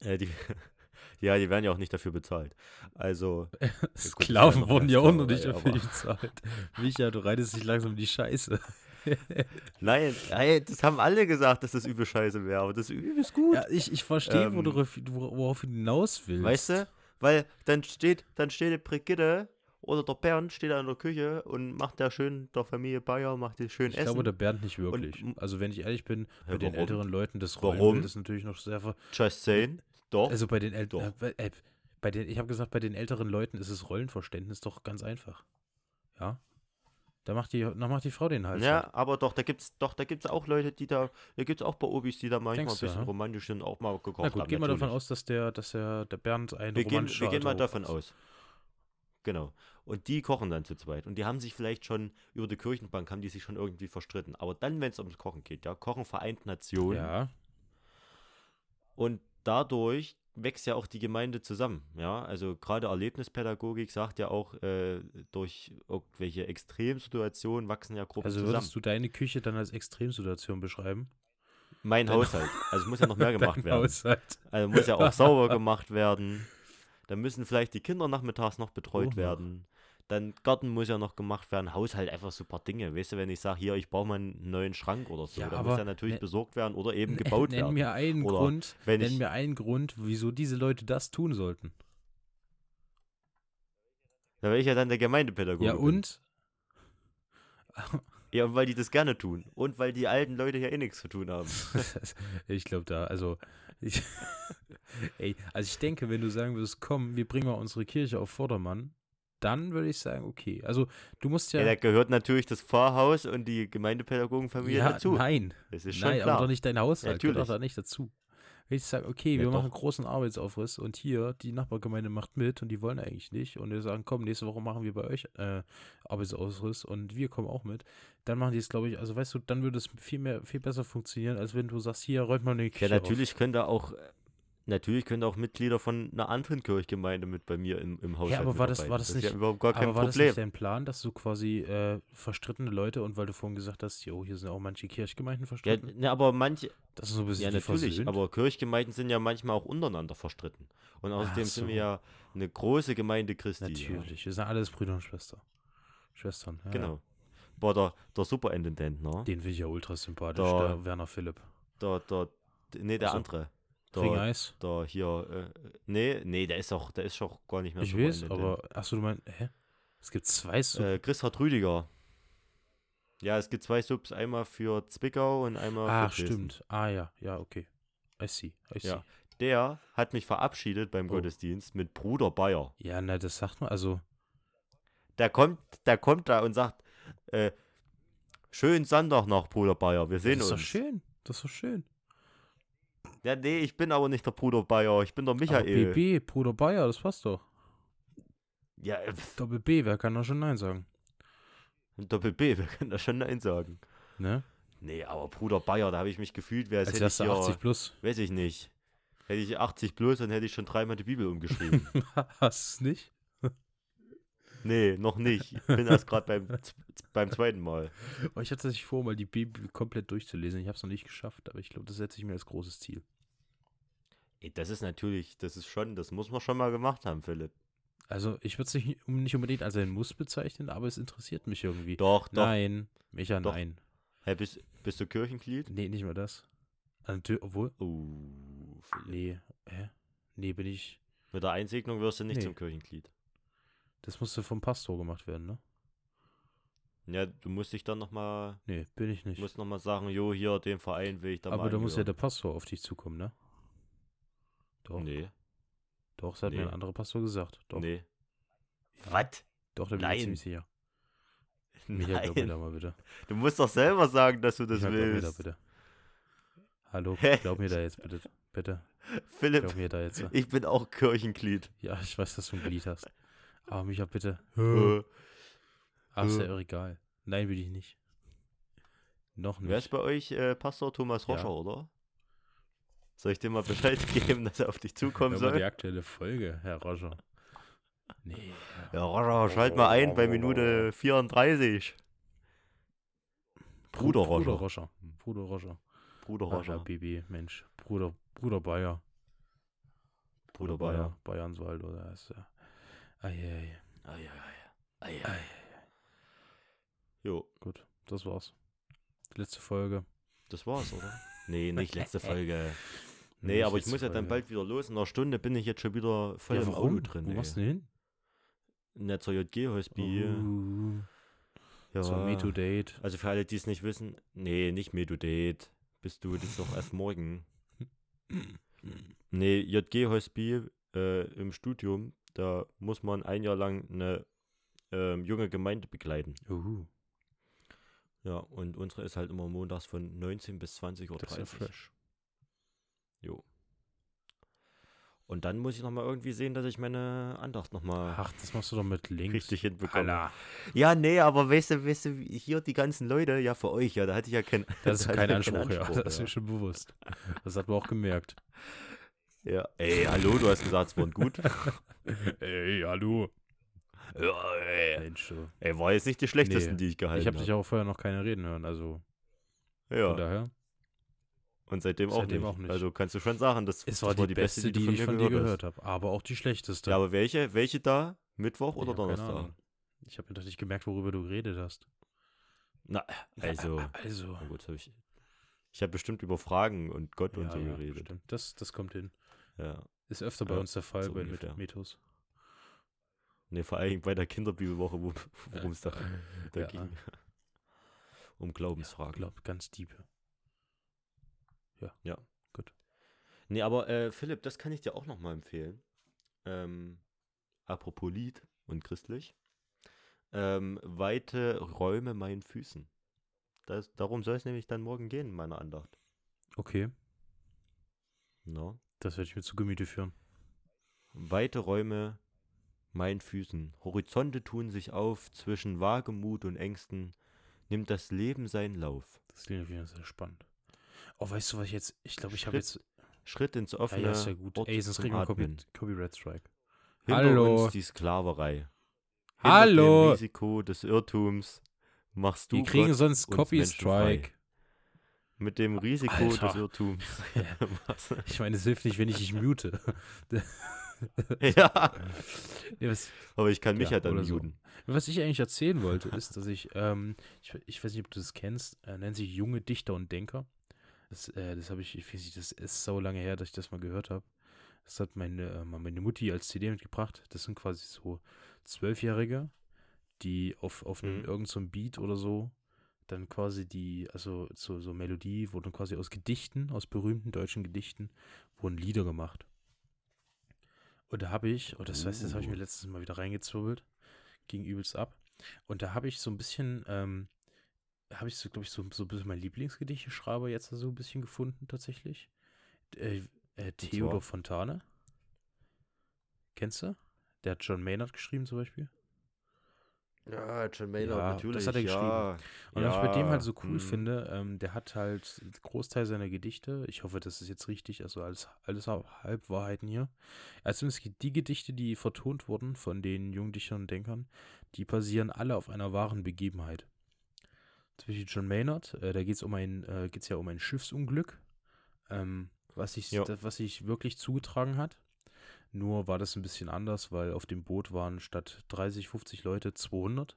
äh, die, ja, die werden ja auch nicht dafür bezahlt. Also,
Sklaven
noch
wurden
keine
ja auch noch nicht
Sklaverei,
dafür
aber-
bezahlt. Micha, du reitest dich langsam in die Scheiße.
nein, ey, das haben alle gesagt, dass das übel scheiße wäre, aber das ist übelst gut.
Ja, ich, ich verstehe, wo
Ähm.
du, ref- wo- worauf du hinaus willst.
weißt du? Weil dann steht, dann steht die Brigitte oder der Bernd steht da in der Küche und macht da schön der Familie Bayer, macht die schön
Ich
Essen.
glaube, der Bernd nicht wirklich.
m-
also, wenn ich ehrlich bin, bei den
warum?
älteren Leuten, das
Warum?
Rollenbild ist natürlich noch sehr. Ver
Just saying. Doch.
also, bei den
Doch.
älteren. Äh, äh, bei den, ich habe gesagt, bei den älteren Leuten ist das Rollenverständnis doch ganz einfach. Ja? Da macht die, da macht die Frau den Hals.
Ja, aber doch, da gibt's doch, da gibt's auch Leute, die da, da gibt's auch bei Obis, die da manchmal
Denkst
ein
du,
bisschen
ja?
romantisch sind, auch mal gekocht
Na gut,
haben.
gehen wir davon
natürlich.
aus, dass der, dass der, der Bernd ein
Wir gehen,
romantischer
wir gehen mal
alter Hoch
davon
ist.
aus. Genau. Und die kochen dann zu zweit. Und die haben sich vielleicht schon über die Kirchenbank, haben die sich schon irgendwie verstritten. Aber dann, wenn es ums Kochen geht, ja, Kochen vereint Nationen.
Ja,
Und dadurch wächst ja auch die Gemeinde zusammen. Ja, also gerade Erlebnispädagogik sagt ja auch, äh, durch irgendwelche Extremsituationen wachsen ja Gruppen
also
zusammen.
würdest du deine Küche dann als Extremsituation beschreiben?
Mein
Dein-
Haushalt. Also muss ja noch mehr gemacht
Dein
werden.
Haushalt.
Also muss ja auch sauber gemacht werden. Dann müssen vielleicht die Kinder nachmittags noch betreut
Oha.
werden. Dann Garten muss ja noch gemacht werden, Haushalt einfach super Dinge. Weißt du, wenn ich sage, hier, ich baue mal einen neuen Schrank oder so,
Ja,
dann
aber
muss ja natürlich
ne-
besorgt werden oder eben gebaut
nenn
werden.
mir einen
Oder
Grund,
wenn
nenn
ich-
mir einen Grund, wieso diese Leute das tun sollten.
Da wäre ich ja dann der Gemeindepädagoge.
ja
bin.
und?
Ja, und weil die das gerne tun. Und weil die alten Leute ja eh nichts zu tun haben.
ich glaube da, also ich, ey, also ich denke, wenn du sagen würdest, komm, wir bringen mal unsere Kirche auf Vordermann, dann würde ich sagen, okay. Also du musst ja,
Ja, da gehört natürlich das Pfarrhaus und die Gemeindepädagogenfamilie
ja
dazu.
nein,
Das ist schon
Nein,
klar.
aber doch nicht dein Haushalt. Natürlich.
Natürlich.
Gehört doch da nicht dazu. Wenn ich sage, okay,
Ja,
wir
doch.
machen einen großen Arbeitsaufriss und hier die Nachbargemeinde macht mit und die wollen eigentlich nicht und wir sagen, komm, nächste Woche machen wir bei euch äh, Arbeitsaufriss und wir kommen auch mit, dann machen die es, glaube ich, also weißt du, dann würde es viel mehr, viel besser funktionieren, als wenn du sagst, hier räumt mal eine Küche
Ja,
auf.
natürlich können da auch, natürlich können da auch Mitglieder von einer anderen Kirchgemeinde mit bei mir im, im Haushalt
aber war das-
mitarbeiten.
war das
ist ja
nicht-
überhaupt gar kein
Aber war das
Problem.
nicht dein Plan, dass du quasi äh, verstrittene Leute und weil du vorhin gesagt hast, jo, hier sind auch manche Kirchgemeinden
ja,
verstritten,
ne, aber manche,
das ist so ein bisschen
ja
die
natürlich,
versöhnt.
aber Kirchgemeinden sind ja manchmal auch untereinander verstritten. Und außerdem
Ach
sind wir
so.
ja eine große Gemeinde Christi.
natürlich, wir sind alles Brüder und Schwester. Schwestern, ja,
Ja.
ja.
Genau. Boah, der, der Superintendent, ne?
Den finde ich ja ultra sympathisch,
Da-
der Werner Philipp.
Der, der, nee, der
Ach so.
andere. Der,
Kringeis?
der hier, äh, nee, nee, der ist auch, der ist auch gar nicht mehr
Ich weiß, aber. Achso, du meinst. Hä? Es gibt zwei Sub.
Äh, Chrishard Rüdiger. Ja, es gibt zwei Subs, einmal für Zwickau und einmal
Ach,
für Dresden.
stimmt. Ah, ja, ja, okay. I see, I see.
Ja.
Ja,
Der hat mich verabschiedet beim
Oh.
Gottesdienst mit Bruder Bayer.
na, das sagt man. Also,
Der kommt, der kommt da und sagt, äh, schönen Sonntag noch, Bruder Bayer, wir sehen
das ist doch
uns.
schön. Das ist doch schön.
Ja, nee, ich bin aber nicht der Bruder Bayer, ich bin der
Aber
Michael.
BB, Bruder Bayer, das passt doch.
Ja, äh, pf,
Doppel B, wer kann da schon Nein sagen?
Doppel B, wer kann da schon Nein sagen?
Ne?
Nee, aber Bruder Bayer, da habe ich mich gefühlt, wer es
Als
hätte ich
wärst du
hier,
80 plus.
weiß ich nicht. Hätte ich 80 plus, dann hätte ich schon dreimal die Bibel umgeschrieben.
Hast es nicht?
nee, noch nicht. Ich bin erst gerade beim, z- z- beim zweiten Mal.
Oh, ich hatte tatsächlich vor, mal die Bibel komplett durchzulesen. Ich habe es noch nicht geschafft, aber ich glaube, das setze ich mir als großes Ziel.
Ey, das ist natürlich, das ist schon, das muss man schon mal gemacht haben, Philipp.
Also, ich würde es nicht, um- nicht unbedingt als ein Muss bezeichnen, aber es interessiert mich irgendwie.
Doch, doch.
Nein, Micha,
Doch.
nein.
Hä, bist, bist du Kirchenglied?
Nee, nicht mal das. Also, natür- obwohl,
Oh, Philipp.
nee, hä? Nee, bin ich.
Mit der Einsegnung wirst du nicht
Nee.
zum Kirchenglied.
Das musste vom Pastor gemacht werden, ne?
Ja, du musst dich dann nochmal,
Nee, bin ich nicht.
musst nochmal sagen, jo, hier, dem Verein will ich da mal
aber da muss ja
angehören.
der Pastor auf dich zukommen, ne? Doch,
Nee,
doch, das hat
Nee.
mir ein anderer Pastor gesagt. Doch,
nee.
Ja.
Was?
doch, da bin ich
Nein.
ziemlich sicher. Micha, glaub mir
Nein.
da mal bitte.
Du musst doch selber sagen, dass du das
Micha, glaub mir da
willst.
bitte. Hallo,
Hä?
glaub mir da jetzt bitte. Bitte,
Philipp,
glaub mir da jetzt.
ich bin auch Kirchenglied.
Ja, ich weiß, dass du ein Glied hast. Aber Micha, bitte.
Äh,
Ah, ist
Äh.
ja auch egal. Nein, will ich nicht. Noch
Wer
nicht.
ist bei euch äh, Pastor Thomas
Ja.
Roscher, oder? Soll ich dir mal Bescheid geben, dass er auf dich zukommen
Hör mal die
soll?
aktuelle Folge, Herr Roger. Nee.
Ja, Roscher, schalt mal ein bei Minute 34. Bruder Roscher.
Bruder Roger. Bruder Roger.
Bruder
Roger,
Roscher.
Baby, Mensch. Bruder, Bruder Bayer.
Bruder Bayer.
Bayernswald, oder? Ist ja. Eieiei.
Ei, ei, ei. Ei, ei. Jo,
Gut, das war's. Die letzte Folge.
das war's, oder? Nee, nicht letzte Folge. Nee,
Nicht
aber ich
letzte
muss ja dann
Folge.
bald wieder los. In einer Stunde bin ich jetzt schon wieder voll
Ja,
im
warum?
Auto drin.
Wo
ey.
machst du denn hin?
In der zur JG-Hospier.
Uh,
Ja.
Zur Me-to-Date.
Also für alle, die es nicht wissen, nee, nicht Medudate. Bist du, das ist doch erst morgen. Nee, JG Hospi äh, im Studium, da muss man ein Jahr lang eine ähm, junge Gemeinde begleiten.
Uh,
Ja, und unsere ist halt immer montags von 19 bis 20 Uhr.
das ist ja fresh.
Jo. Und dann muss ich nochmal irgendwie sehen, dass ich meine Andacht nochmal
Ach, das machst du doch mit links.
richtig hinbekomme.
Alla,
Ja, nee, aber weißt du, weißt du, wie- hier die ganzen Leute, ja, für euch, ja, da hatte ich ja keinen
das ist
da hatte
kein
ich ja
Anspruch,
keinen
ja. Das ist
ja.
mir schon bewusst. Das hat man auch gemerkt.
Ja. Ey, hallo, du hast gesagt, es war gut.
Ey, hallo.
ja, ey.
Mensch, du.
ey, war jetzt nicht die schlechtesten,
Nee,
die ich gehalten
ich habe
habe.
dich auch vorher noch keine reden hören, also von
Ja,
daher.
und seitdem, auch,
seitdem
nicht.
auch nicht.
Also kannst du schon sagen, das,
Es
das
war, die, beste,
du
die, ich von dir gehört
hast.
habe, aber auch die schlechteste.
Ja, aber welche, welche da? Mittwoch oder
Ich hab keine
Donnerstag?
Ahnung. Ich habe mir doch nicht gemerkt, worüber du geredet hast.
Na, also,
Also.
na gut, hab ich, ich habe bestimmt über Fragen und Gott und so geredet.
stimmt. Das, das kommt hin.
Ja.
Ist öfter bei
Ja,
uns der Fall
so
bei
ungefähr.
Met- Metos.
Ne, vor allem bei der Kinderbibelwoche, wo- worum es da, da
Ja.
ging. Um
Ich
Glaubensfragen.
glaube, ganz deep.
Nee, aber äh, Philipp, das kann ich dir auch nochmal empfehlen. Ähm, apropos Lied und christlich. Ähm, weite Räume meinen Füßen. Das, darum soll es nämlich dann morgen gehen, meine Andacht.
Okay,
No?
das werde ich mir zu Gemüte führen.
Weite Räume meinen Füßen. Horizonte tun sich auf, zwischen Wagemut und Ängsten nimmt das Leben seinen Lauf.
Das klingt auf jeden Fall sehr spannend. Oh, weißt du, was ich jetzt. Ich glaube, ich habe
Schritt
jetzt.
Schritt ins
Ah,
offene
ja, ist ja gut.
Ort
Ey, sonst
zum
kriegen wir
Atmen.
Copy, Copyright Strike.
Hinter
Hallo.
uns die Sklaverei. Hinter
Hallo.
dem Risiko des Irrtums machst du
Wir kriegen
Gott
sonst
uns
Copy
Menschen frei.
Strike.
mit dem Risiko
Alter.
des Irrtums. Was?
Ich meine, es hilft nicht, wenn ich dich mute.
ja,
Nee, was,
aber ich kann mich
Ja,
ja, dann
oder so.
muten.
was ich eigentlich erzählen wollte, ist, dass ich, ähm, ich, ich weiß nicht, ob du das kennst, äh, nennt sich junge Dichter und Denker. Das, äh, das habe ich, ich weiß nicht, das ist so lange her, dass ich das mal gehört habe. Das hat meine, äh, mal meine Mutti als CD mitgebracht. Das sind quasi so Zwölfjährige, die auf, auf einem
Mhm.
irgendeinem so Beat oder so dann quasi die, also so, so Melodie, wurden quasi aus Gedichten, aus berühmten deutschen Gedichten, wurden Lieder gemacht. Und da habe ich, oh, das weißt du, das habe ich mir
Uh.
letztes Mal wieder reingezwirbelt, ging übelst ab. Und da habe ich so ein bisschen, ähm, habe ich so, glaube ich, so, so ein bisschen mein Lieblingsgedicht schreibe jetzt so ein bisschen gefunden tatsächlich. Äh, äh, Theodor Fontane. Kennst du? Der hat John Maynard geschrieben zum Beispiel.
Ja, John Maynard,
Ja, das
natürlich.
hat er
ja.
Und was ich bei dem
Ja,
halt so cool
mhm.
finde, ähm, der hat halt Großteil seiner Gedichte, ich hoffe, das ist jetzt richtig, also alles, alles Halb- Halbwahrheiten hier. Also es gibt die Gedichte, die vertont wurden von den Jungdichtern und Denkern, die basieren alle auf einer wahren Begebenheit. Zum Beispiel John Maynard, äh, da geht es um ein, äh, geht's ja um ein Schiffsunglück, ähm, was, sich,
Ja.
das, was sich wirklich zugetragen hat. Nur war das ein bisschen anders, weil auf dem Boot waren statt 30, 50 Leute 200.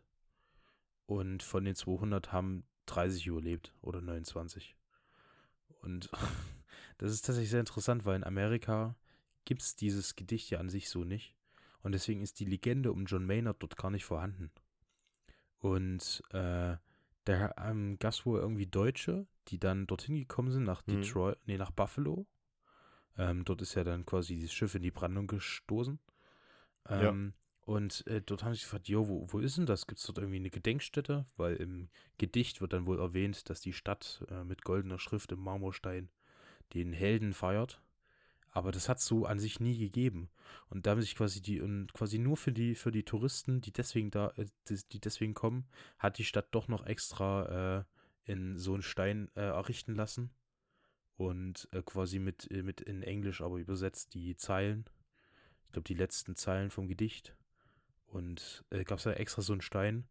Und von den 200 haben 30 überlebt oder 29. Und das ist tatsächlich sehr interessant, weil in Amerika gibt es dieses Gedicht ja an sich so nicht. Und deswegen ist die Legende um John Maynard dort gar nicht vorhanden. Und äh, da ähm, gab es wohl irgendwie Deutsche, die dann dorthin gekommen sind, nach
Mhm.
Detroit, nee, nach Buffalo. Ähm, dort ist ja dann quasi dieses Schiff in die Brandung gestoßen.
Ja.
Ähm, Und äh, dort haben sie gefragt, jo, wo, wo ist denn das? Gibt es dort irgendwie eine Gedenkstätte? Weil im Gedicht wird dann wohl erwähnt, dass die Stadt äh, mit goldener Schrift im Marmorstein den Helden feiert. Aber das hat so an sich nie gegeben. Und da haben sich quasi die, und quasi nur für die, für die Touristen, die deswegen da, äh, die, die deswegen kommen, hat die Stadt doch noch extra äh, in so einen Stein äh, errichten lassen. Und äh, quasi mit, äh, mit in Englisch aber übersetzt die Zeilen. Ich glaube, die letzten Zeilen vom Gedicht. Und äh, gab es da extra so einen Stein.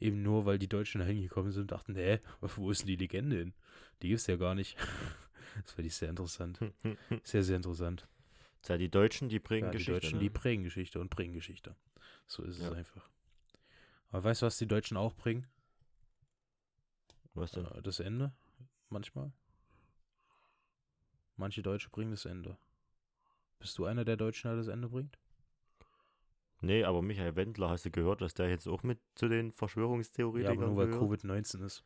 Eben nur, weil die Deutschen da hingekommen sind und dachten, hä, wo ist denn die Legende hin? Die gibt's ja gar nicht. das fand ich sehr interessant. Sehr, sehr interessant.
Ja, hm. die Deutschen, die bringen
Ja, die
Geschichte.
Deutschen,
ne?
die prägen Geschichte und bringen Geschichte. So ist
Ja.
es einfach. Aber weißt du, was die Deutschen auch bringen?
Was denn?
Äh, Das Ende. Manchmal. Manche Deutsche bringen das Ende. Bist du einer der Deutschen, der das Ende bringt?
Nee, aber Michael Wendler, hast du gehört, dass der jetzt auch mit zu den
Ja,
Verschwörungstheoretikern
aber nur weil
gehört?
Covid-19 ist.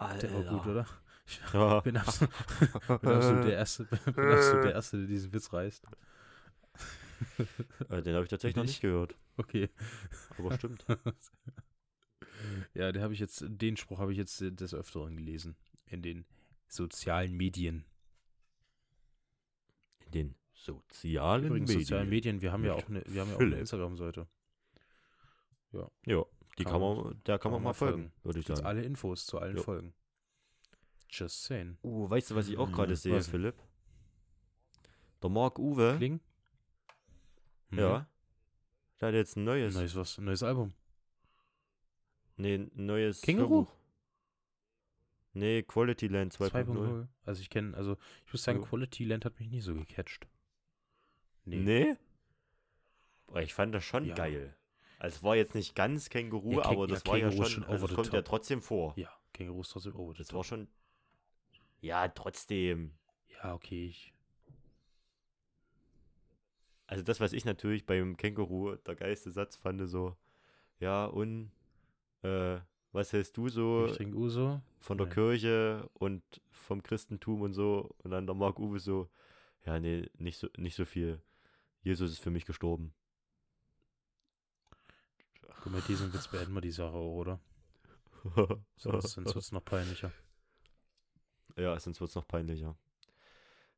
Der
Alter.
war gut, oder? Ich
Ja.
bin absolut, bin absolut der Erste, bin absolut der Erste, der diesen Witz reißt.
Äh, Den habe ich tatsächlich noch
Nicht?
nicht gehört.
Okay.
Aber stimmt.
Ja, den habe ich jetzt, den Spruch habe ich jetzt äh, des Öfteren gelesen. In den sozialen Medien.
In den sozialen
Übrigens,
Medien.
sozialen Medien, wir haben ja
Mit
auch eine, wir haben ja auch eine
Philipp.
Instagram-Seite.
Ja, die
Kann
kann
man-
man, da kann man mal folgen, würde ich
Gibt's
sagen.
alle Infos zu allen
Jo.
Folgen. Just saying.
Oh, weißt du, was ich auch gerade
Mhm.
sehe,
Was denn?
Philipp? Der Marc Uwe,
Kling? Mhm.
ja, der hat jetzt ein neues,
Neues was, neues Album.
nee, ein neues
Känguru?
Hörbuch. Nee, Quality Land 2.0.
2.0. Also ich kenne, also ich muss sagen,
Jo.
Quality Land hat mich nie so gecatcht.
Nee. Boah, ich fand das schon
Ja.
geil. Also war jetzt nicht ganz Känguru,
Ja, Käng-
aber
ja,
das war ja
Känguru
schon,
ist schon
also
over
das
the
kommt ja
top.
trotzdem vor.
Ja, Känguru ist trotzdem over the
Das
top.
war schon, ja, trotzdem.
Ja, okay, ich.
Also das, was ich natürlich beim Känguru der geilste Satz fand, so, ja, und äh, was hältst du so
Ich trinke Uso.
von der
nein.
Kirche und vom Christentum und so? Und dann der Mark Uwe so, ja, nee, nicht so, nicht so viel. Jesus ist für mich gestorben.
Guck mal, diesen Witz beenden wir die Sache auch, oder? Sonst, sonst wird es noch peinlicher.
ja, sonst wird es noch peinlicher.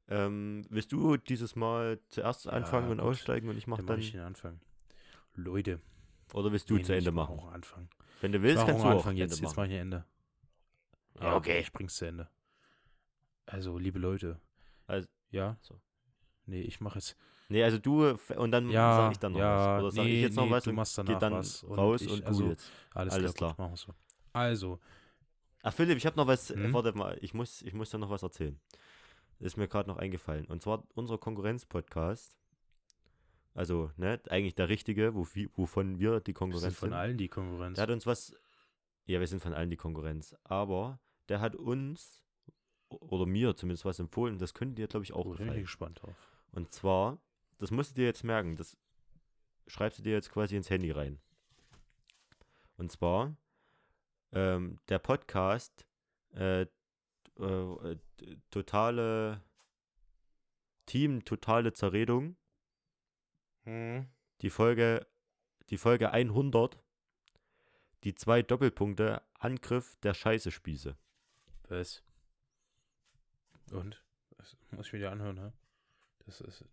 Ähm, willst du dieses Mal zuerst anfangen und
gut.
aussteigen und ich mach
Dann mache
dann,
ich den Anfang. Leute.
oder willst du
nee,
zu
nee,
Ende
ich mach
machen?
Auch Anfang.
Wenn du
Ich
willst,
mach
kannst
auch
du auch
Anfang.
Ende
Jetzt, jetzt
machen.
mache ich ein Ende.
Ja, okay.
Ich bring's zu Ende. Also, liebe Leute.
Also-
ja?
so.
Nee, ich mache jetzt.
Nee, also du äh, f- und dann
Ja,
sag ich dann noch
ja,
was. Oder sag
nee,
ich jetzt noch
nee,
was
du
und
machst
geh
danach
dann
was und
raus
ich-
und du
also-
jetzt.
Alles,
Alles
klar.
klar.
gut, Machen wir so. Also,
Ach Philipp, ich habe noch was, äh,
Hm?
warte mal, ich muss, ich muss da noch was erzählen. Ist mir gerade noch eingefallen. Und zwar unser Konkurrenz-Podcast. Also, ne, eigentlich der richtige, wo, vi- wovon wir die
wir
Konkurrenz
sind von
sind.
allen die Konkurrenz.
Der hat uns was. Ja, wir sind von allen die Konkurrenz. Aber der hat uns o- oder mir zumindest was empfohlen. Das könnte dir, glaube ich, auch
oh, da bin ich
gefallen.
gespannt drauf.
Und zwar, das musst du dir jetzt merken, das schreibst du dir jetzt quasi ins Handy rein. Und zwar, ähm, der Podcast äh, äh, äh, Totale Team Totale Zerredung, die Folge, die Folge 100, die zwei Doppelpunkte, Angriff der Scheißespieße.
Was? Und? Das muss ich mir dir anhören, ne? Das ist.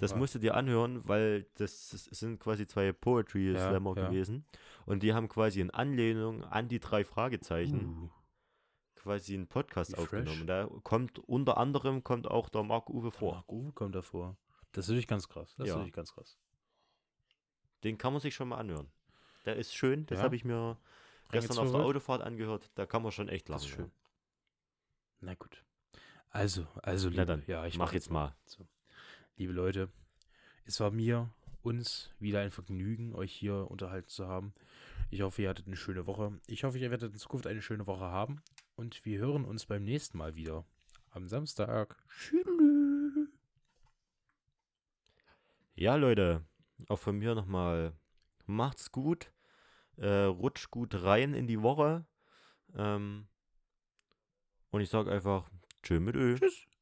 Das musst du dir anhören, weil das, das sind quasi zwei Poetry
Ja,
Slammer
ja.
gewesen. Und die haben quasi in Anlehnung an die drei Fragezeichen
Uh,
quasi einen Podcast
Wie fresh.
aufgenommen. Da kommt unter anderem kommt auch der Marc Uwe vor.
Mark Uwe Ah, kommt davor. Das ist natürlich ganz krass. Das
Ja.
ist natürlich ganz krass.
Den kann man sich schon mal anhören. Der ist schön, das
Ja.
habe ich mir gestern auf der ne?
Reingezwirbelt?
Autofahrt angehört. Da kann man schon echt lachen.
Das ist schön. Na gut. Also, also,
Na dann,
ja,
Ja. Ich
ich
mach jetzt mal.
Liebe Leute, es war mir, uns wieder ein Vergnügen, euch hier unterhalten zu haben. Ich hoffe, ihr hattet eine schöne Woche. Ich hoffe, ihr werdet in Zukunft eine schöne Woche haben. Und wir hören uns beim nächsten Mal wieder. Am Samstag. Tschüss.
Ja, Leute, auch von mir nochmal. Macht's gut. Äh, rutscht gut rein in die Woche. Ähm, und ich sag einfach, tschö mit Ö.
Tschüss.